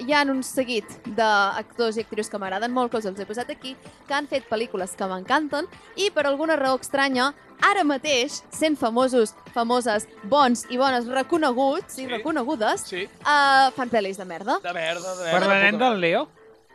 E: hi ha un seguit d'actors i actrius que m'agraden molt, que us els he posat aquí, que han fet pel·lícules que m'encanten i per alguna raó estranya, ara mateix, sent famosos, famoses, bons i bones, reconeguts
C: Sí.
E: i reconegudes,
C: Sí,
E: uh, fan pel·lis de merda.
C: de merda, de merda.
D: Parlarem
C: puta
D: del Leo?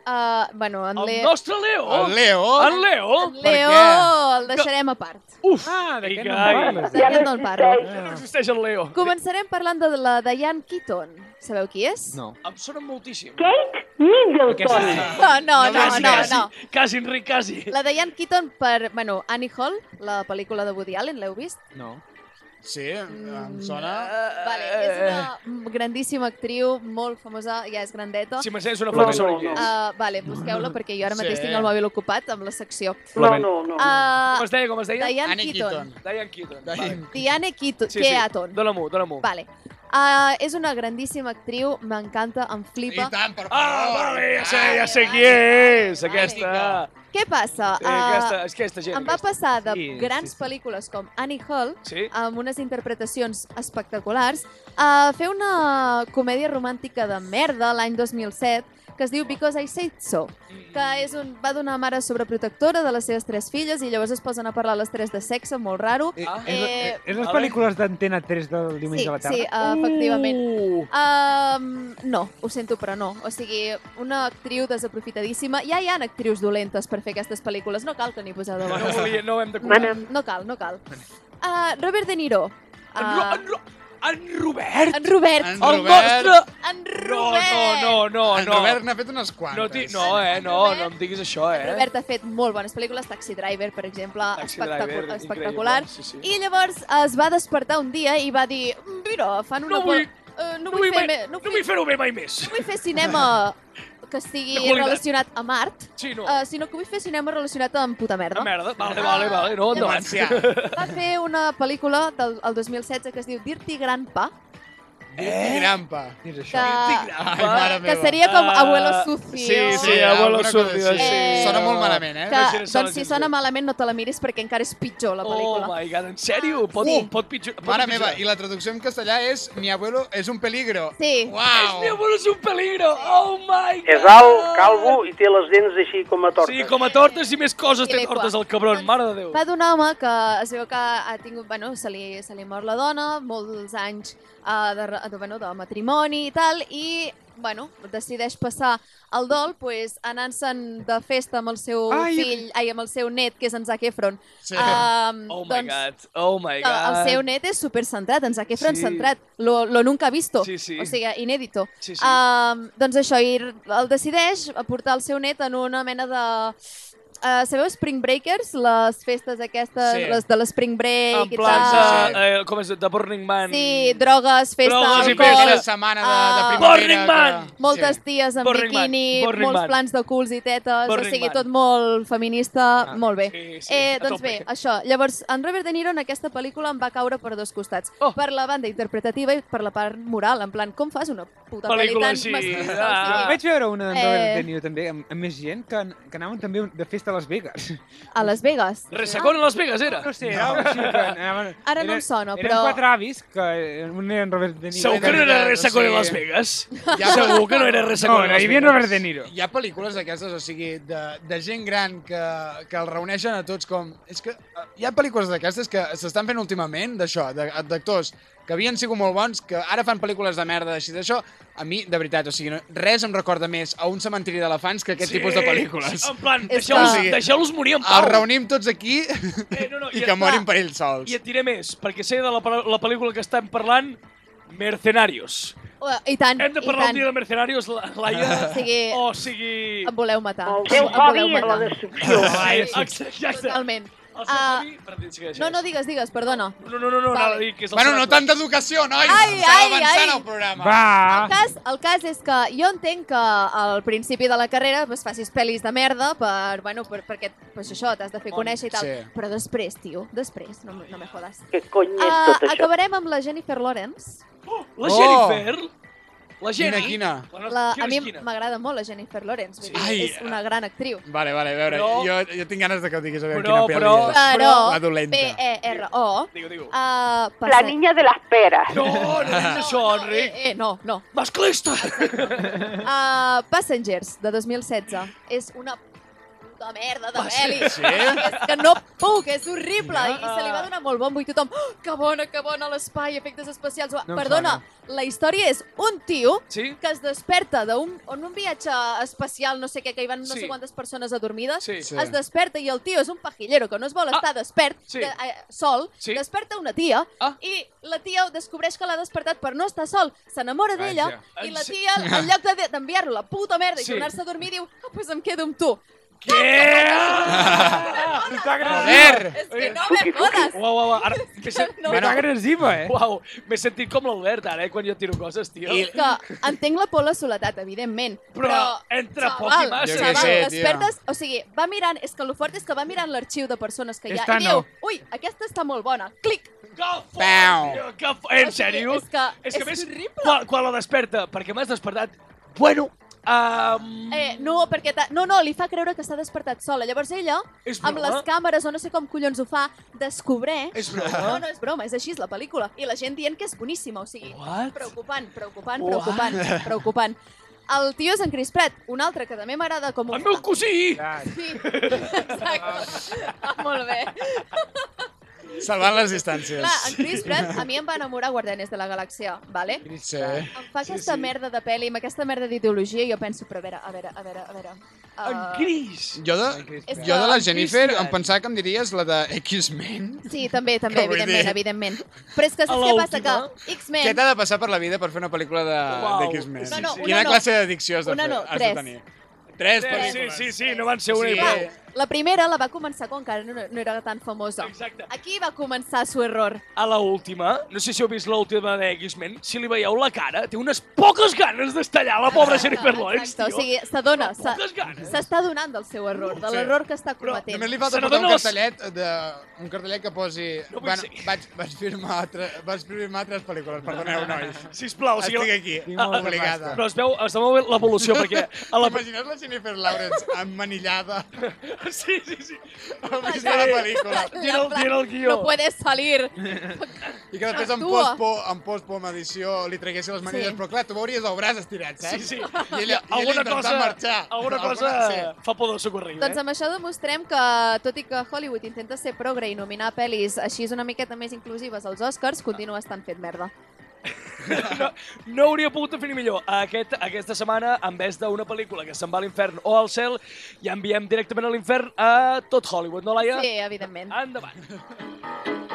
E: Uh, bueno, en,
C: merda. El
E: Le...
C: nostre Leo!
F: El Leo!
C: El Leo!
E: en
F: Per
E: Leo
F: què?
E: el deixarem a part.
C: Uf!
D: Ah,
C: Ei,
D: d'aquest no
C: gai.
D: en parles,
E: Ja
D: eh?
E: no en parlo.
C: Ja no existeix el Leo.
E: Començarem parlant de la Diane Keaton. Sabeu qui és?
D: No.
C: Em sona moltíssim.
I: Kate Middleton.
D: Aquesta-
E: No, no, no,
C: Quasi,
E: no,
C: quasi,
E: no.
C: Quasi, Enric, quasi.
E: La Diane Keaton per, bueno, Annie Hall, la pel·lícula de Woody Allen, l'heu vist?
D: No.
F: Sí, em sona...
E: Vale, és una grandíssima actriu, molt famosa, ja és grandeta.
C: Si me sents una foto,
I: No,
C: sobre
I: no,
C: qui
I: no.
C: és.
E: Uh, vale, busqueu-la perquè jo ara
F: Sí.
E: mateix tinc el mòbil ocupat amb la secció.
I: No, no, no.
E: Uh,
C: Com es deia, com es deia?
E: Diane
F: Annie
E: Keaton.
F: Keaton.
C: Diane Keaton.
F: Diane.
C: Vale.
E: Diane Keaton.
C: Sí, sí.
E: Keaton.
C: Dóna-m'ho, dóna-m'ho.
E: Vale. Uh, és una grandíssima actriu, m'encanta, em
F: I
E: flipa.
F: tant, per favor!
C: Ah, vale, ja sé, ja sé
E: Vale,
C: qui
E: vale,
C: és,
E: vale.
C: aquesta.
E: Què passa? Eh,
C: Sí,
E: Ah,
C: aquesta, és aquesta gent.
E: em va
C: aquesta.
E: passar de
D: Sí, sí,
E: grans
D: sí.
E: pel·lícules com Annie Hall
C: Sí?
E: amb unes interpretacions espectaculars, a fer una comèdia romàntica de merda l'any 2007 que es diu Because I Said So, que és un, va d'una mare sobreprotectora de les seves tres filles i llavors es posen a parlar les tres de sexe, molt raro.
D: Eh,
C: Ah.
D: és,
E: Eh,
D: eh, és les
C: vale.
D: pel·lícules d'Antena 3 del diumenge
E: Sí,
D: a la tarda?
E: sí, efectivament.
C: Uh,
E: Um, no, ho sento, però no. O sigui, una actriu desaprofitadíssima. Ja hi ha actrius dolentes per fer aquestes pel·lícules, no cal que n'hi poseu de
C: no,
E: bones.
C: volia, no hem de
I: Bueno.
C: cobrar.
E: No cal, no cal. Uh, Robert De Niro.
C: En, Ro
E: Uh,
C: en, Ro en Robert!
E: en Robert.
F: En
C: el
F: Robert.
C: nostre...
E: En
C: No,
E: Robert!
C: no, no, no,
F: En
C: no.
F: Robert n'ha fet unes quantes.
C: No, ti... no, eh, no, no em diguis això, eh.
E: Robert ha fet molt bones pel·lícules, Taxi Driver, per exemple,
C: Taxi
E: espectacu
C: Driver,
E: espectacular.
C: increïble, sí, sí.
E: I llavors es va despertar un dia i va dir, mira, fan una...
C: No vull-
E: pel- eh,
C: No
E: no,
C: vull,
E: fer
C: mai,
E: me-
C: no
E: no,
C: vull fer-ho bé mai més.
E: no vull fer cinema que estigui
C: De qualitat.
E: relacionat a Mart,
C: Sí, no.
E: eh, sinó que vull fer cinema relacionat amb puta merda.
C: Ah, merda. Vale, vale, vale. No, endavant.
F: Valencià.
C: Eh?
E: Va fer una pel·lícula del el 2016 que es diu Dirty Grandpa,
F: Eh? Grampa.
D: Què és això?
E: que,
F: Ai, mare
E: que
F: meva.
E: seria com
C: Ah,
E: Abuelo Sucio.
C: sí, sí,
F: alguna
C: Abuelo
F: cosa
C: Sucio,
F: així.
E: sí.
F: Sona molt malament, eh?
E: Que,
C: Imagina't això a la
E: doncs si
C: gent
E: sona
C: gran.
E: malament no te la miris perquè encara és pitjor la pel·lícula.
C: Oh my god, en sèrio? Pot,
E: Ah, Sí.
C: pot pitjor... Pot
F: Mare
C: pitjor.
F: meva, i la traducció en castellà és Mi abuelo es un peligro.
E: Sí.
C: És
F: Uau!
C: mi abuelo, és un peligro! Oh my god!
I: És alt, calvo i té les dents així com a tortes.
C: Sí, com a tortes i més coses té
E: Qué
C: tortes
E: guà.
C: el cabron, mare de Déu.
E: Va d'un home que es veu que ha tingut, bueno, se li, se li mor la dona, molts anys uh, de, re- de, bueno, de matrimoni i tal, i bueno, decideix passar el dol pues, anant-se'n de festa amb el seu ai.
D: Ai.
E: fill, ai, amb el seu net, que és en Zac Efron.
F: Sí.
E: Um,
C: Oh my god, oh my
E: que
C: god.
E: el seu net és supercentrat, en Zac Efron
C: Sí.
E: centrat, lo, lo nunca visto,
C: Sí, sí.
E: o sigui, inédito.
C: Sí, sí.
E: Um, doncs això, i el decideix a portar el seu net en una mena de... Uh, sabeu Spring Breakers? Les festes aquestes,
F: Sí.
E: sí. les de l'Spring Break
C: en
E: i
C: plan
E: tal.
F: sí,
C: de, eh, com és, de Burning Man.
E: Sí, doncs drogues, festa,
C: Drogues i
E: alcohol,
F: Aquesta
C: festa.
F: setmana de, de
E: Ah.
F: primavera...
C: Burning
F: que-
C: Man!
E: moltes ties en
C: Burning Man,
E: biquini,
C: Burning
E: molts
C: Man.
E: plans de culs i tetes,
C: Burning
E: o sigui,
C: Man.
E: tot molt feminista, molt bé.
C: Ah, sí, sí,
E: eh,
C: a
E: doncs
C: tope.
E: bé, això. Llavors, en Robert De Niro en aquesta pel·lícula em va caure per dos costats.
C: Oh.
E: Per la banda interpretativa i per la part moral, en plan, com fas una puta
C: Pel·lícula
E: pel·lícula
C: així,
E: tan mastissa?
C: ah.
E: O
D: Vaig veure una d'en Robert
E: Eh.
D: De Niro també, amb, amb més gent, que, an- que anaven també un- de festa a Las Vegas.
E: sigui, a Las Vegas.
C: Resacón a Las Vegas, era.
D: No sé, era un xic que anaven...
E: Ara no
D: era-
E: em sona,
D: eren
E: però-
D: Eren quatre avis, que eh, un era en Robert De Niro.
C: Segur que no era
F: Sí.
C: Resacón a Las Vegas.
F: Ja, però-
C: Segur que no era
D: No,
C: Resacón a
D: no,
C: Las
D: hi havia en
C: Vegas.
D: Robert De Niro.
F: doncs, Hi ha pel·lícules d'aquestes, o sigui, de, de gent gran que, que els reuneixen a tots com... És que eh, hi ha pel·lícules d'aquestes que s'estan fent últimament, d'això, de- d'actors que havien sigut molt bons, que ara fan pel·lícules de merda així d'això. A mi, de veritat, o sigui, no, res em recorda més a un cementiri d'elefants que aquest
C: Sí,
F: sí. tipus de pel·lícules.
C: En plan,
E: que-
C: deixeu-los
F: O sigui,
C: deixeu morir en pau.
F: Els reunim tots aquí
C: Eh, no, no,
F: i
C: ja
F: que
C: està.
F: morin per ells sols.
C: I et diré més, perquè sé de la, pa- la pel·lícula que estem parlant, Mercenarios.
E: Uah, Oh, I tant,
C: Hem de
E: i
C: parlar un
E: tant. Ah,
C: dia de Mercenarios, la- Oh, Laia.
E: O sigui-
C: O sigui...
E: Em voleu matar.
I: El seu
E: Em voleu
I: hobby és la
E: matar.
I: destrucció.
C: Sí, exacte.
E: Totalment.
C: El seu
E: Ah,
C: avi... Perdó, segueix,
E: No, no
C: segueix.
E: digues, digues, perdona.
C: No, no, no, no,
E: Vale.
C: anava a dir que és el
F: Bueno,
C: seu
F: no
C: avi.
F: tant d'educació, nois!
E: Ai,
F: Estava
E: ai,
F: avançant
E: ai.
F: el programa.
E: El
D: Va!
E: cas, el cas és que jo entenc que al principi de la carrera pues, facis pel·lis de merda per, bueno, per, perquè pues, això t'has de fer conèixer i tal.
F: sí.
E: Però després, tio, després, no, no me jodas.
I: Què cony és
E: Ah,
I: tot això?
E: acabarem amb la Jennifer Lawrence.
C: La Jennifer... La
F: Quina,
C: Jenny...
F: Oh. quina?
C: La nostra...
E: La,
C: quina
E: a mi
C: és quina?
E: m'agrada molt la Jennifer Lawrence, vull dir,
F: Ai,
E: és una gran actriu.
F: Vale, vale, a veure,
C: Però-
F: jo, jo tinc ganes de que ho diguis a veure
C: Però,
F: quina pel·li
C: però-
F: és.
E: Però, E
F: la dolenta.
E: P-E-R-O,
C: Digue, digue.
E: uh,
L: La niña de las peras.
C: No, no diguis això,
E: no,
C: Enric.
E: eh, eh, no, no.
C: Masclista!
E: Uh, Passengers, de 2016. És una puta merda de pel·li.
F: Sí?
E: És que no puc, és horrible. I se li va donar molt bon i tothom. Oh, que bona, que bona l'espai, efectes especials.
D: No em
E: Perdona, la història és un tio
C: Sí?
E: que es desperta d'un en un viatge espacial, no sé què, que hi van no
C: Sí.
E: sé quantes persones adormides,
C: Sí. Ah.
F: Sí.
E: es desperta i el tio és un pajillero que no es vol estar despert,
C: Sí.
E: de, eh, sol,
C: Sí.
E: desperta una tia
C: Ah.
E: i la tia descobreix que l'ha despertat per no estar sol, s'enamora d'ella
C: Vaja.
E: i la tia, en lloc de- d'enviar-lo la puta merda i
C: Sí.
E: tornar-se a dormir, diu, ah, pues em quedo amb tu.
C: Què? Ah!
E: Puta
F: Joder!
E: És que no me jodas.
C: Uau, uau, uau. Ara m'he sentit...
E: No.
D: Era agressiva, eh?
C: Uau, m'he sentit com l'Albert, ara, eh, quan jo tiro coses, tio.
E: És que entenc la por a la soledat, evident't,
C: Però,
E: però
C: entre poc i
E: Xaval,
C: massa.
F: Jo
E: xaval,
F: què sé, tio.
E: despertes, o sigui, va mirant, és que el fort és que va mirant l'arxiu de persones que hi ha
D: Esta
E: i
D: no.
E: diu, ui, aquesta està molt bona, clic.
C: Que fort,
F: Pau.
C: tio, que fort. En
E: O sigui,
C: sèrio?
E: és que és
C: a més,
E: horrible.
C: Quan, quan la desperta, perquè m'has despertat, bueno, um,
E: Eh, no, perquè ta... no, no, li fa creure que s'ha despertat sola. Llavors ella,
C: és
E: amb
C: broma?
E: les càmeres o no sé com collons ho fa, descobreix...
C: És broma?
E: No, no és broma, és així, és la pel·lícula. I la gent dient que és boníssima, o sigui,
C: What?
E: preocupant, preocupant,
C: What?
E: preocupant, preocupant. El tio és en Chris Pratt, un altre que també m'agrada com...
C: El meu cosí!
D: Ja,
E: Sí, exacte. Ah, molt bé.
F: Salvant les distàncies.
E: Clar, en Chris Pratt a mi em va enamorar Guardianes de la Galàxia, vale?
F: Sí.
E: Em fa aquesta merda de pel·li, amb aquesta merda d'ideologia, i jo penso, però a veure, a veure, a vere, a veure... Uh,
C: En Cris!
F: Jo de,
E: És
F: jo de la
E: que-
F: Jennifer
C: Christian.
F: em pensava que em diries la de X-Men.
E: Sí, també, també,
F: Com vull
E: evidentment,
F: dir?
E: evidentment. Però és que saps
C: A
E: què
C: la
E: passa? Que
F: Què
E: X-Men...
F: t'ha de passar per la vida per fer una pel·lícula de,
C: Uau.
F: de X-Men?
E: No, no, una
F: Quina
E: no.
F: classe d'addicció has de,
E: Una
F: fer,
E: no,
F: has
E: tres.
F: de tenir? Tres
C: Sí, sí,
F: pel·lícules.
C: sí, sí, no van ser una
F: Sí.
C: sí.
E: Clar, la primera la va començar quan encara no, no era tan famosa.
C: Exacte.
E: Aquí va començar su error.
C: A la última, no sé si heu vist l'última de X-Men, si li veieu la cara, té unes poques ganes d'estallar la pobra Jennifer Lawrence,
E: Ah, Exacte,
C: tio.
E: o sigui, s'adona,
C: Però
E: s'ha-
C: poques ganes.
E: s'està donant del seu error, de l'error que està cometent.
F: Només li
C: Se
F: falta portar un
C: n'adona les-
F: cartellet, de, un cartellet que posi...
C: No vull
F: bueno,
C: ser-
F: vaig, vaig, firmar altre, vaig firmar altres pel·lícules, perdoneu, nois.
C: Sisplau, o sigui...
F: Estic
C: la-
F: aquí,
D: Ah, ah,
F: obligada.
C: Però es veu, es veu molt bé l'evolució, perquè a la...
F: T'imagines la Jennifer Lawrence emmanillada
C: Sí, sí, sí.
F: al mig de la pel·lícula
C: Tira el, tira el guió.
E: No puedes salir.
F: i que després en
E: Actua.
F: pospo, en pospo amb edició li traguessin les manilles,
E: Sí.
F: però clar, tu veuries el braç estirat,
C: Sí,
F: saps?
C: sí.
F: I ella, i ella
C: alguna
F: intentant
C: cosa,
F: marxar.
C: alguna cosa fa por de socorrir,
E: Doncs
C: eh?
E: amb això demostrem que, tot i que Hollywood intenta ser progre i nominar pel·lis així una miqueta més inclusives als Oscars, continua estant fet merda.
C: No, no hauria pogut definir millor. Aquest, aquesta setmana, en vez d'una pel·lícula que se'n va a l'infern o al cel, ja enviem directament a l'infern a tot Hollywood, no, Laia?
E: Sí, evidentment.
A: Ah,
C: Endavant.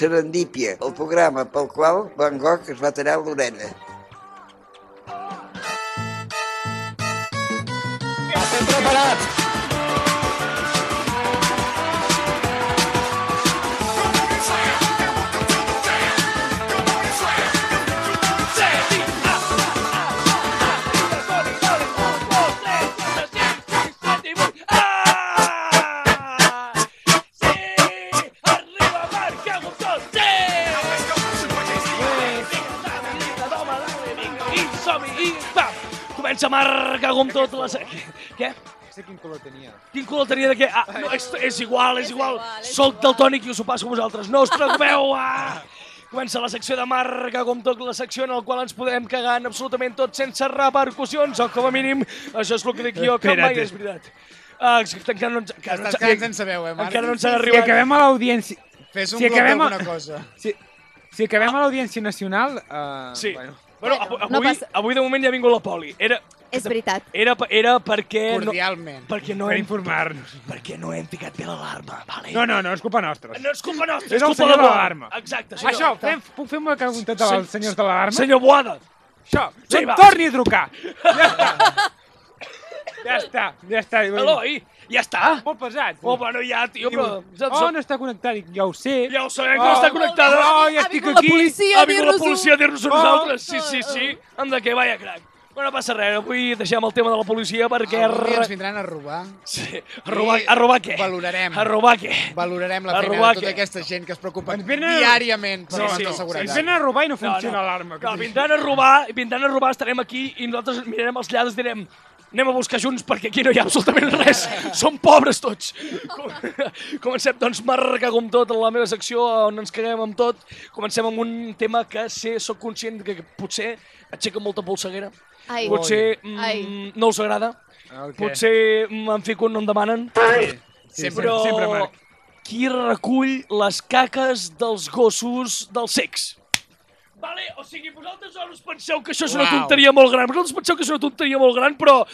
B: Serendípia, el programa pel qual Van Gogh es va tallar l'orella.
C: Comença a marcar com tot la... Què?
D: No sé quin color tenia.
C: Quin cul el tenia de què? Ah, no, és, és igual, és
E: És
C: igual.
E: igual, és
C: Soc
E: igual.
C: daltònic i us ho passo a vosaltres. No us preocupeu. Ah! Comença la secció de marca, com tot la secció en la qual ens podem cagar en absolutament tot sense repercussions, o com a mínim, això és el que dic jo, que mai
D: Espera't. eh.
C: és veritat. Ah, exacte, encara no ens... Encara no
F: Estàs
C: ens,
F: quedant sense veu, eh, Marc?
C: encara no ens ha
D: Si
C: arribat.
D: acabem a l'audiència...
F: Fes un
D: Si
F: si bloc
D: acabem a-
F: d'alguna cosa.
D: Si, si acabem a l'audiència nacional... Uh,
C: Sí.
D: Bueno.
C: Bueno,
E: Bueno,
C: avui,
E: no
C: avui,
E: passa-
C: avui de moment ja ha vingut la poli. Era,
E: És veritat.
C: era, era perquè... No,
F: Cordialment.
C: perquè no
D: Per
C: hem,
D: informar-nos.
C: perquè no hem ficat bé l'alarma, vale?
D: No, no, no, és culpa nostra.
C: No és culpa nostra,
D: És
C: és,
D: el
C: culpa
D: senyor
C: de
D: de l'alarma.
C: Exacte, senyor.
D: Això, fem, puc fer una pregunta als
C: Sí.
D: senyors de l'alarma?
C: Senyor Boada,
D: això.
A: Sí,
D: no em
A: va.
D: torni a trucar. Ja està. Ja està, ja està.
A: Eloi, ja està?
D: Molt pesat.
A: Oh, bueno, ja, tio, però...
D: Diu, oh, no està connectat. Dic, Ja ho sé.
A: Ja ho sabem que no està connectada.
D: Oh, ja
E: Ha
D: estic
E: vingut
D: aquí.
E: la policia
A: ha
E: a
A: vingut la
E: dir-nos-ho.
A: policia a dir-nos a
D: Oh.
A: nosaltres. Sí, sí, sí. Hem de què, vaya crac. Però no passa res, no vull deixar amb el tema de la policia perquè...
F: Algun dia ens
A: re-
F: vindran a robar.
A: Sí, a robar, a robar què?
F: Valorarem.
A: A robar què?
F: Valorarem la
A: A
F: feina
A: robar
F: de tota
A: què?
F: aquesta gent que es preocupa
D: Ens venen a-
F: diàriament per
A: Sí,
F: la
A: sí,
F: nostra
A: sí,
D: Ens
F: seguretat.
D: venen a robar i no funciona l'alarma.
A: No, vindran a robar, vindran a robar, estarem aquí i nosaltres mirarem els lladres i direm anem a buscar junts perquè aquí no hi ha absolutament res. Som pobres tots. Com- Comencem, doncs, marcar com tot en la meva secció on ens caguem amb tot. Comencem amb un tema que sé, sóc conscient que potser aixeca molta polseguera.
E: Ai,
A: Potser
E: Ai.
A: mm, no us agrada.
D: El què?
A: Potser me'n fico on no em demanen,
D: Sí, sempre,
A: però
D: sempre, Marc.
A: qui recull les caques dels gossos del sex? Vale, o sigui, vosaltres ara us penseu que això és una
F: Uau.
A: tonteria molt gran. Vosaltres penseu que és una tonteria molt gran, però...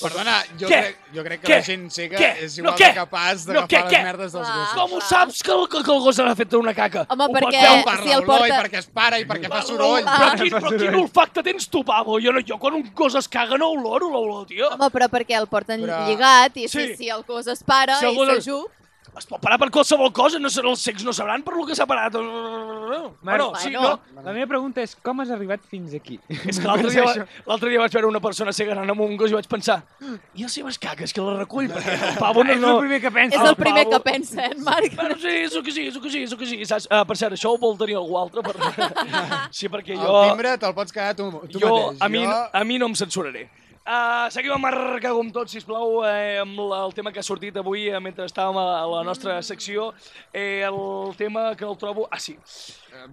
F: Perdona, jo
A: Què?
F: crec, jo crec que
A: Què?
F: la gent cega
A: Què?
F: és igual
A: No,
F: de
A: què?
F: capaç
A: No, què,
F: d'agafar
A: què?
F: les merdes
E: Ah,
F: dels
E: Clar.
F: gossos.
A: Com ho saps que el, que el gos ha fet una caca?
E: Home,
A: Ho
E: perquè-
A: pot
F: Veu
E: Eh,
A: veure?
E: si
F: parla,
E: el
F: Eloi,
E: porta-
F: perquè es para i perquè fa soroll.
A: Però,
E: Ah.
A: quin, però quin olfacte tens tu, pavo? Jo, no, jo quan un gos es caga no oloro l'olor, tio.
E: Home, però perquè el porten
F: Però-
E: lligat i si,
A: Sí.
E: si el gos es para
A: Si Ah, el
E: i
A: gos es-
E: s'ajup...
A: Es pot parar per qualsevol cosa, no, sé, els cecs no sabran per lo que s'ha parat. Bueno,
D: Bueno,
A: sí,
E: bueno.
A: no.
D: La meva pregunta és com has arribat fins aquí?
A: És que l'altre dia, va- l'altre dia vaig veure una persona cega anant amb un gos i vaig pensar "Mm, i les seves caques, que les recull? Perquè el pavo no...
D: és
A: Ah, no...
D: el primer que penso.
E: És el primer que
A: pavo.
E: pensa, eh, en Marc?
A: Bueno, sí, és el que sí, és el que sí, és el que sí, saps? Uh, per cert, això ho vol tenir algú altre, per... sí, perquè
F: El
A: jo...
F: timbre te'l pots quedar tu, tu
A: jo,
F: mateix.
A: a mi,
F: jo...
A: a mi no em censuraré. Uh, seguim amb Marc com tot, sisplau, eh, amb la, el tema que ha sortit avui eh, mentre estàvem a, la- a la nostra secció. Eh, el tema que el trobo... Ah, sí.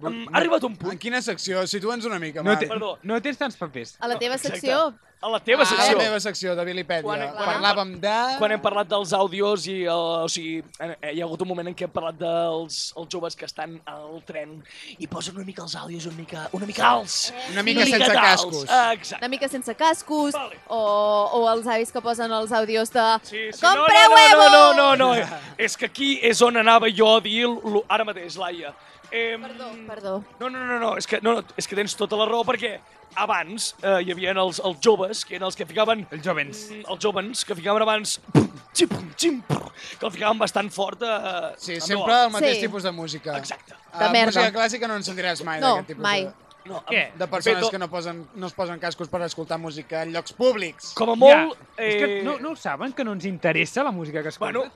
A: Um, ha arribat un punt.
F: En quina secció? Situa'ns una mica,
D: No,
F: Marc.
D: té,
A: Perdó.
D: no tens tants papers.
E: A la teva
A: Exacte.
E: secció.
A: A la teva
F: Ah,
A: secció.
F: la meva secció de Bilipèdia.
A: Quan-
F: Quan,
A: quan-
F: Parlàvem de...
A: quan hem parlat dels àudios i, uh, o sigui, eh, eh, hi ha hagut un moment en què hem parlat dels els joves que estan al tren i posen una mica els àudios una mica, una mica alts.
F: Una mica sense
A: d'alts.
F: cascos.
A: Ah, exacte.
E: Una mica sense cascos,
A: Vale.
E: o, o els avis que posen els àudios de...
A: Sí, sí. no,
E: Compreu
A: no, No,
E: huevo!
A: no, no, no, no. eh. és que aquí és on anava jo a dir lo- ara mateix, Laia. Eh,
E: Perdó, perdó.
A: No, no, no, no, és que, no, no, és que tens tota la raó perquè abans eh, hi havia els, els joves, que eren els que ficaven...
D: Els jovens.
A: Mm, els jovens, que ficaven abans... pum, xim, pum, xim, pum, que el ficaven bastant fort. Eh,
F: Sí,
A: amb
F: sempre
A: l'or.
F: el mateix
E: Sí.
F: tipus de música.
A: Exacte.
F: Ah,
E: De merda.
F: Música clàssica no en sentiràs mai,
E: No,
F: d'aquest tipus
E: mai.
F: De,
A: No,
D: Què?
F: de persones que no, posen, no es posen cascos per escoltar música en llocs públics.
A: Com a molt... eh,
D: Ja. És que no, no ho saben, que no ens interessa la música que escolta?
A: Bueno,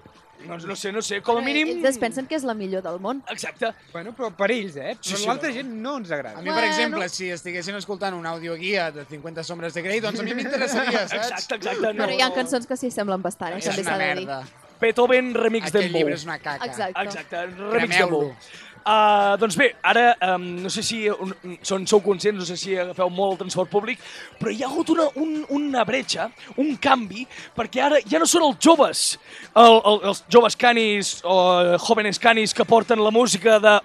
A: no, no sé, no sé, com a
E: Eh,
A: mínim...
E: Ells es pensen que és la millor del món.
A: Exacte.
D: bueno però per ells, eh? Però
A: sí,
D: a l'altra
A: no.
D: gent no ens
F: A
D: agrada.
F: mi, per
E: Bueno.
F: exemple, si estiguessin escoltant un audioguia de 50 sombres de Grey, doncs a mi m'interessaria, saps?
A: Exacte, exacte. No,
E: Però hi ha
A: no.
E: cançons que s'hi semblen bastant, eh?
F: És
E: També
F: una
E: s'ha de dir.
F: merda.
A: Beethoven remix
F: Aquest
A: d'en Bou.
F: llibre és una caca.
E: Exacte.
A: Exacte, remix d'en Bou.
F: Cremeu-lo.
A: Uh, doncs bé, ara um, no sé si un, un- són, sou conscients, no sé si agafeu molt el transport públic, però hi ha hagut una, un, una bretxa, un canvi, perquè ara ja no són els joves, el, el, els joves canis o jóvenes canis que porten la música de...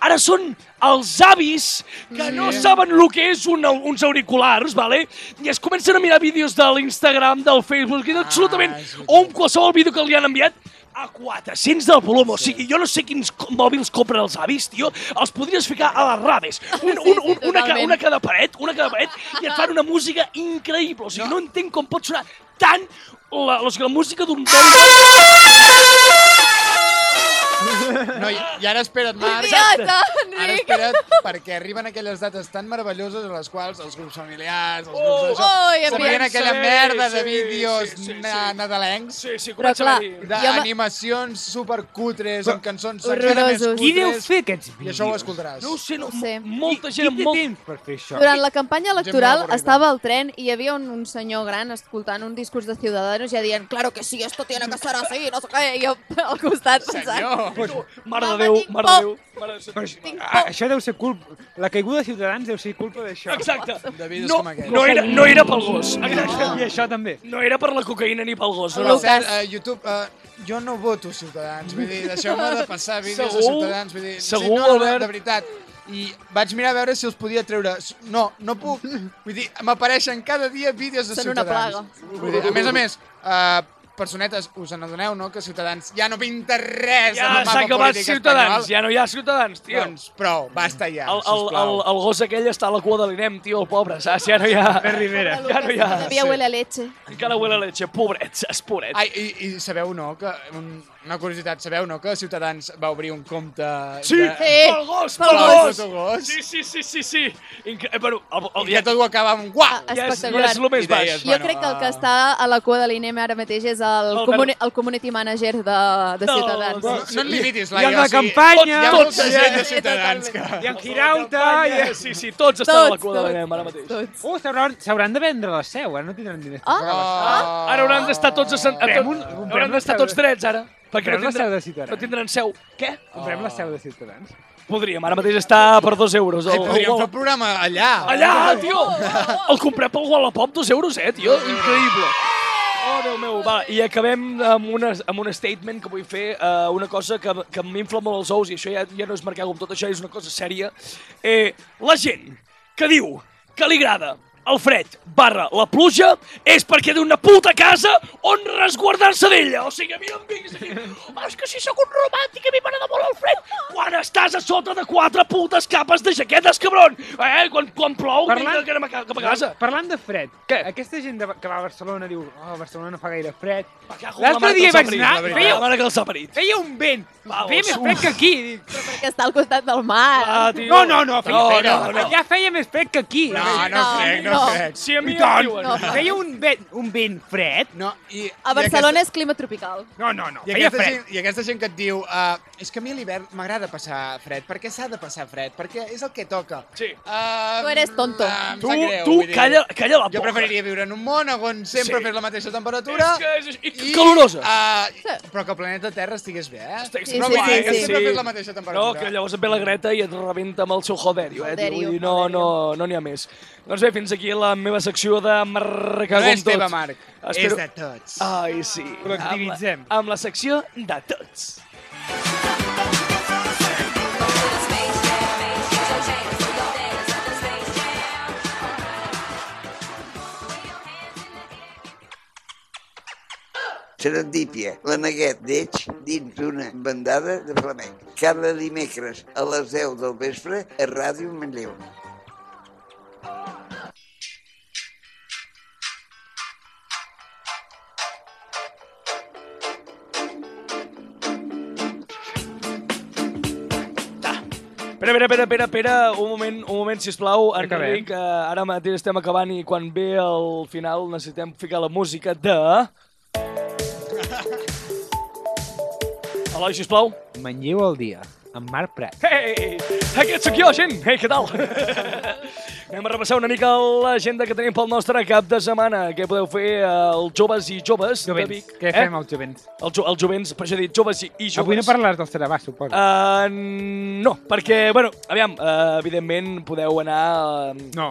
A: Ara són els avis que no saben el que és un, au- uns auriculars, vale? i es comencen a mirar vídeos de l'Instagram, del Facebook, i absolutament,
F: Ah, és veritat.
A: o amb qualsevol vídeo que li han enviat, a 400 del volum, o sigui, jo no sé quins co- mòbils compren els avis, tio, els podries ficar a les raves, un, un, un, una, ca,
E: totalment.
A: una cada paret, una cada paret, i et fan una música increïble, o sigui, no, entenc com pot sonar tant la, la, la música d'un... d'un...
F: No, i, I ara espera't, Marc.
E: Idiota,
F: Ara
E: Enric!
F: espera't, perquè arriben aquelles dates tan meravelloses en les quals els grups familiars, els grups
A: Oh,
F: d'això,
E: oh, ja
F: s'envien
E: veiem.
F: aquella
A: Sí,
F: merda de
A: sí,
F: vídeos
A: sí, sí, sí.
F: na- nadalencs,
A: Sí, sí,
E: Però
A: comença a
E: clar,
A: dir.
E: Jo me-
F: d'animacions supercutres, amb cançons
E: Horrorosos.
F: sexualment
D: Qui deu
F: cutres,
D: fer aquests
F: i
D: vídeos?
F: això ho escoltaràs.
A: No ho sé, no,
E: No ho sé.
A: molta
D: Qui
A: gent...
D: té
A: Molt...
D: temps per fer això?
E: Durant la campanya
F: molt
E: electoral
F: avorrida.
E: estava al tren i hi havia un, un senyor gran escoltant un discurs de Ciudadanos ja dient claro que sí, esto tiene que ser así, no sé què, i jo al costat pensant...
F: Senyor!
A: Mare de
E: Mama,
A: Déu,
E: tinc
A: mare de
E: por.
A: Déu. Mare de Déu.
E: Tinc
D: Ah,
E: por.
D: això deu ser culpa... La caiguda de Ciutadans deu ser culpa d'això.
A: Exacte.
F: De vídeos
A: No,
F: com aquests.
A: no, era, no era pel gos. Exacte.
D: I això també.
A: No era per la cocaïna ni pel gos. No,
F: Per
A: no.
F: cert, eh, YouTube, eh, jo no voto Ciutadans, vull dir, deixeu-me de passar vídeos de
A: Segur?
F: Ciutadans, vull dir,
A: Segur,
F: no, no,
A: Albert?
F: de veritat. I vaig mirar a veure si els podia treure. S- No, no puc. Vull dir, m'apareixen cada dia vídeos de
E: Són una
F: Ciutadans. Són una plaga. Vull dir, a més a més, eh, personetes, us n'adoneu, no?, que Ciutadans ja no pinta res en
A: Ja s'ha
F: el mapa
A: acabat
F: polític
A: Ciutadans,
F: espanyol.
A: ja no hi ha Ciutadans, tio.
F: Doncs prou, basta ja,
A: El, el, el,
F: sisplau.
A: el gos aquell està a la cua de l'INEM, tio, el pobre, saps? Ja no hi ha...
E: Rivera.
A: Ja no hi ha...
E: Todavía huele a leche.
A: Encara huele a leche, pobret, saps, pobret.
F: Ai, i, i sabeu, no, que... un- Una curiositat, sabeu, no, que Ciutadans va obrir un compte...
A: Sí,
F: de-
E: Sí.
A: pel gos,
E: Pel
A: pel
F: gos.
A: gos.
F: Pel gos.
A: Sí, sí, sí, sí, sí. Incre... eh, Bueno, el, el,
F: I que tot ho acaba amb... Uah!
A: ja,
E: Ah,
A: és, ja
E: espectacular.
A: és el més baix.
F: Idees.
E: Jo
F: Bueno,
E: crec que el que
F: ah.
E: està a la cua de l'INEM ara mateix és el,
A: El
E: comuni el community manager de, de
A: No,
E: Ciutadans.
A: no,
F: No, no et limitis,
D: Hi ha
F: Laia.
D: una
F: o sigui,
D: campanya.
F: Hi ha molta
A: Tots,
F: gent de
E: sí,
F: Ciutadans que...
D: Hi ha Quirauta... I...
A: Sí, sí, tots estan a la cua de l'INEM ara mateix.
E: Tots.
D: Uh, s'hauran s'hauran de vendre la seu, ara no tindran diners. per
E: Ah.
D: pagar la seu.
F: Ah,
A: Ara hauran d'estar tots... A... a
D: Comprem
A: tot-
D: un- comprem
A: Hauran
D: una
A: d'estar
D: seu
A: tots
D: de-
A: drets, ara. Perquè
D: Comprem
A: no
D: una seu
A: tindran,
D: de Ciutadans.
A: no tindran seu. Què?
D: Comprem la seu de Ciutadans.
A: Podríem, ara mateix està per dos euros.
F: Ai,
A: El,
F: podríem
A: el-
F: fer Oh, el programa allà.
A: Allà, tio! El compré pel Wallapop, dos euros, eh, tio? Increïble. Oh, Déu meu, va, i acabem amb, una, amb un statement que vull fer, eh, una cosa que, que m'infla molt els ous, i això ja, ja no és marcar com tot això, és una cosa sèria. Eh, la gent que diu que li agrada el fred barra la pluja és perquè té una puta casa on resguardar-se d'ella. O sigui, a mi no em vinguis aquí. Oh, és que si sóc un romàntic, a mi m'agrada molt el fred. Quan estàs a sota de quatre putes capes de jaquetes, cabron. Eh, quan, quan plou,
D: Parlant-
A: vinga, que anem a, ca- cap a casa.
D: Parlant de fred,
A: Què?
D: aquesta gent de, que va a Barcelona diu oh, Barcelona no fa gaire fred.
A: Me cago en la
D: L'altre
A: mare que
D: dia
A: els ha
D: vaig
A: parit,
D: anar,
A: la veritat.
D: veieu?
A: La mare que els ha parit.
D: Feia un vent,
A: Vamos.
D: feia més fred que aquí. Dic,
E: Però perquè està al costat del mar.
A: Ah, tio.
D: No, no, no, feia,
A: No,
D: feia,
A: no, no.
D: allà feia més fred que aquí. eh?
F: No, no
E: No,
F: crec, no
E: no.
F: crec.
A: Si a mi
D: I
A: em
D: tant.
A: diuen...
E: No.
D: Feia un vent, un vent fred.
F: No, i,
E: A Barcelona és clima tropical.
D: No, no, no,
F: I
D: feia
F: aquesta,
D: fred.
F: gent, I aquesta gent que et diu uh, és que a mi a l'hivern m'agrada passar fred, perquè s'ha de passar fred, perquè és el que toca.
A: Sí.
F: Uh,
E: Tu eres tonto.
F: em
A: Tu,
F: sap greu,
A: tu,
F: vull dir,
A: calla, calla la boca.
F: Jo preferiria viure en un món on sempre
A: Sí.
F: sí. fes la mateixa temperatura.
A: És que és... I, calorosa.
F: Uh,
E: Sí.
F: però que el planeta Terra estigués bé, eh?
A: Estic
E: Sí,
A: sempre
E: sí, sí,
A: guai,
E: sí,
A: que
E: sí.
F: Sempre fes la mateixa temperatura.
A: No, que llavors et ve la Greta i et rebenta amb el seu joderio, eh? tio? Vull
E: Joderio,
A: dir, no, no, no n'hi ha més. Doncs bé, fins aquí la meva secció de marcar
F: no
A: com
F: és
A: tot.
F: teva, Marc.
A: Espero- Ah,
F: És de tots.
A: Ai, sí.
D: Col·lectivitzem.
A: Amb la, amb la secció de tots.
B: Serendípia, la neguet d'Eix dins d'una bandada de flamenc. Cada dimecres a les 10 del vespre a Ràdio Manlleu.
A: Espera, espera, espera, espera, espera, un moment, un moment, sisplau,
D: Acabem.
A: Enric, eh, ara mateix estem acabant i quan ve el final necessitem ficar la música de... Eloi, sisplau.
D: Manlleu al dia, amb Marc Prat.
A: Ei, aquest sóc jo, gent. Ei, què tal? Anem a repassar una mica l'agenda que tenim pel nostre cap de setmana. Què podeu fer eh, els joves i joves de
D: Jovents,
A: Vic? Eh?
D: què fem els jovents?
A: Els, jo- els jovents, per això he dit joves i, i joves.
D: Eh? Avui no parlaràs del Sarabà, suposo.
A: Uh, no, perquè, bueno, aviam, uh, evidentment podeu anar... Uh,
D: no.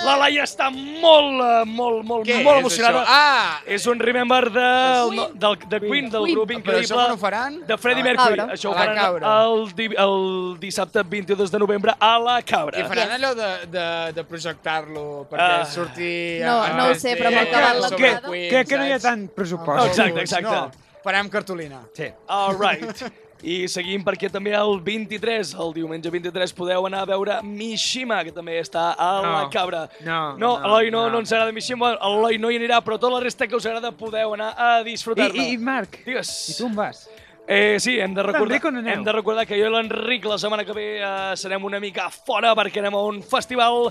A: La Laia està molt, eh, molt, molt,
F: Què
A: molt
F: és
A: emocionada.
F: això? Ah!
A: És un remember del, no, del, de Queen, del
E: Queen.
A: grup
F: Però
A: increïble.
F: això quan ho faran?
A: De Freddie
F: A la
A: Mercury.
E: cabra.
A: Això ho
F: A la
A: faran
F: cabra.
A: el, di el dissabte 22 de novembre a la
F: I
A: Cabra.
F: faran allò de, de, de projectar-lo perquè
A: Eh, Ah.
F: surti...
E: No,
F: en
E: no ho
F: tres
E: sé,
F: D,
E: però m'ha acabat la
F: sobre
E: parada.
F: Queen,
D: Crec que no hi ha
F: saps?
D: tant
A: No,
D: pressupost.
A: exacte, exacte.
F: No, farà amb cartolina.
D: Sí.
A: All right. I seguim perquè també el 23, el diumenge 23, podeu anar a veure Mishima, que també està a la
D: No.
A: Cabra.
D: No,
A: no,
D: no,
A: Eloi no, no,
D: no.
A: ens agrada Mishima, Eloi no hi anirà, però tota la resta que us agrada podeu anar a
D: I,
A: disfrutar-la.
D: i, I Marc,
A: Digues.
D: i tu on vas?
A: Eh, sí, hem de recordar,
D: Enric, on aneu?
A: hem de recordar que jo i l'Enric la setmana que ve eh, serem una mica fora perquè anem a un festival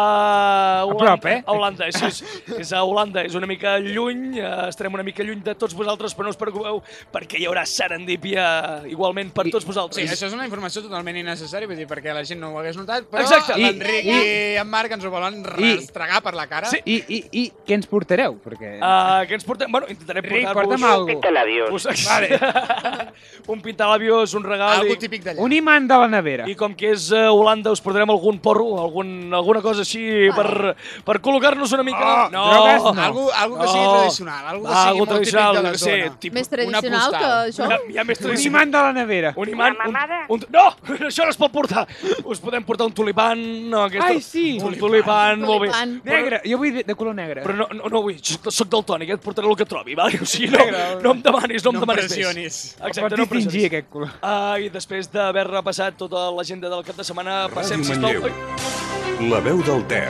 A: a Holanda.
D: prop, eh?
A: A Holanda, és, és, és a Holanda, és una mica lluny, eh, estarem una mica lluny de tots vosaltres, però no us preocupeu perquè hi haurà serendipia igualment per
D: I-
A: tots vosaltres.
F: Sí, això és una informació totalment innecessària, vull dir, perquè la gent no ho hagués notat, però
A: Exacte. I-
F: l'Enric i,
D: i-
F: en Marc ens ho volen
D: I-
F: rastregar per la cara.
A: Sí.
D: I, i, i què ens portareu? Perquè...
A: Eh, què ens portem? Bueno, intentaré
D: Ric,
A: portar-vos...
D: porta'm alguna
M: Pítala, Dios.
A: Us... Vale. un pintalabios, un regal...
F: Algo
A: i-
F: típic d'allà.
D: Un imant de la nevera.
A: I com que és eh, Holanda, us portarem algun porro, algun, alguna cosa així per, per col·locar-nos una mica...
F: Oh,
A: no,
D: drogues no.
F: Algo, algo que sigui
A: No. Ah,
F: tradicional, algo que
A: Va,
F: sigui molt típic de la
A: no sé,
F: zona.
A: tipus-
E: Més tradicional que
F: postal.
E: això.
A: Hi ha més
D: Un
A: tradicional.
D: imant de la nevera.
A: Un imant,
I: Una
A: un,
I: mamada?
A: un, no, això no es pot portar. Us podem portar un tulipan. No, aquest,
D: Ai, sí.
A: Un tulipan, molt bé.
E: Tulipan.
D: Negre, jo vull de, de color negre.
A: Però no, no, no vull, soc, soc del tònic, et portaré el que trobi, val? O sigui, no, no em demanis, no em
F: No em
A: demanis més.
F: pressionis.
A: Exacte,
D: Pots
A: no em
D: distingir
A: pressionis.
D: aquest color.
A: Ah, I després d'haver repassat tota l'agenda del cap de setmana, passem, sisplau...
H: Manlleu. La veu del Ter.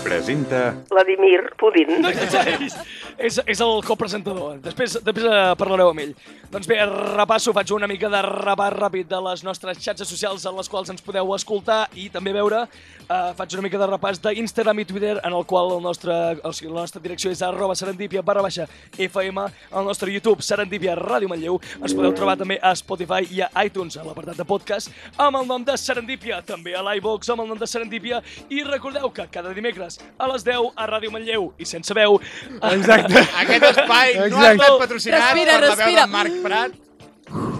H: Presenta
I: Vladimir Putin.
A: No, és, és, és, és el copresentador. Després, després eh, parlareu amb ell. Doncs bé, repasso, faig una mica de repàs ràpid de les nostres xarxes socials en les quals ens podeu escoltar i també veure. Uh, faig una mica de repàs d'Instagram i Twitter en el qual el nostre, o sigui, la nostra direcció és arroba serendipia barra baixa FM, el nostre YouTube Serendipia Ràdio Manlleu. Ens podeu trobar també a Spotify i a iTunes a l'apartat de podcast amb el nom de Serendipia, també a l'iVox amb el nom de Serendipia i recordeu que cada dimecres a les 10 a Ràdio Manlleu i sense veu
D: Exacte.
F: Aquest espai no ha
D: Exacte.
F: estat patrocinat
E: Respira,
F: per la veu
E: respira.
F: del Marc Prat.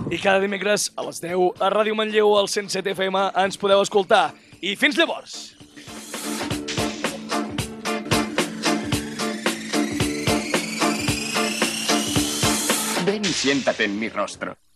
A: i cada dimecres a les 10 a Ràdio Manlleu al 107 FM ens podeu escoltar i fins llavors
C: Ven y siéntate en mi rostro.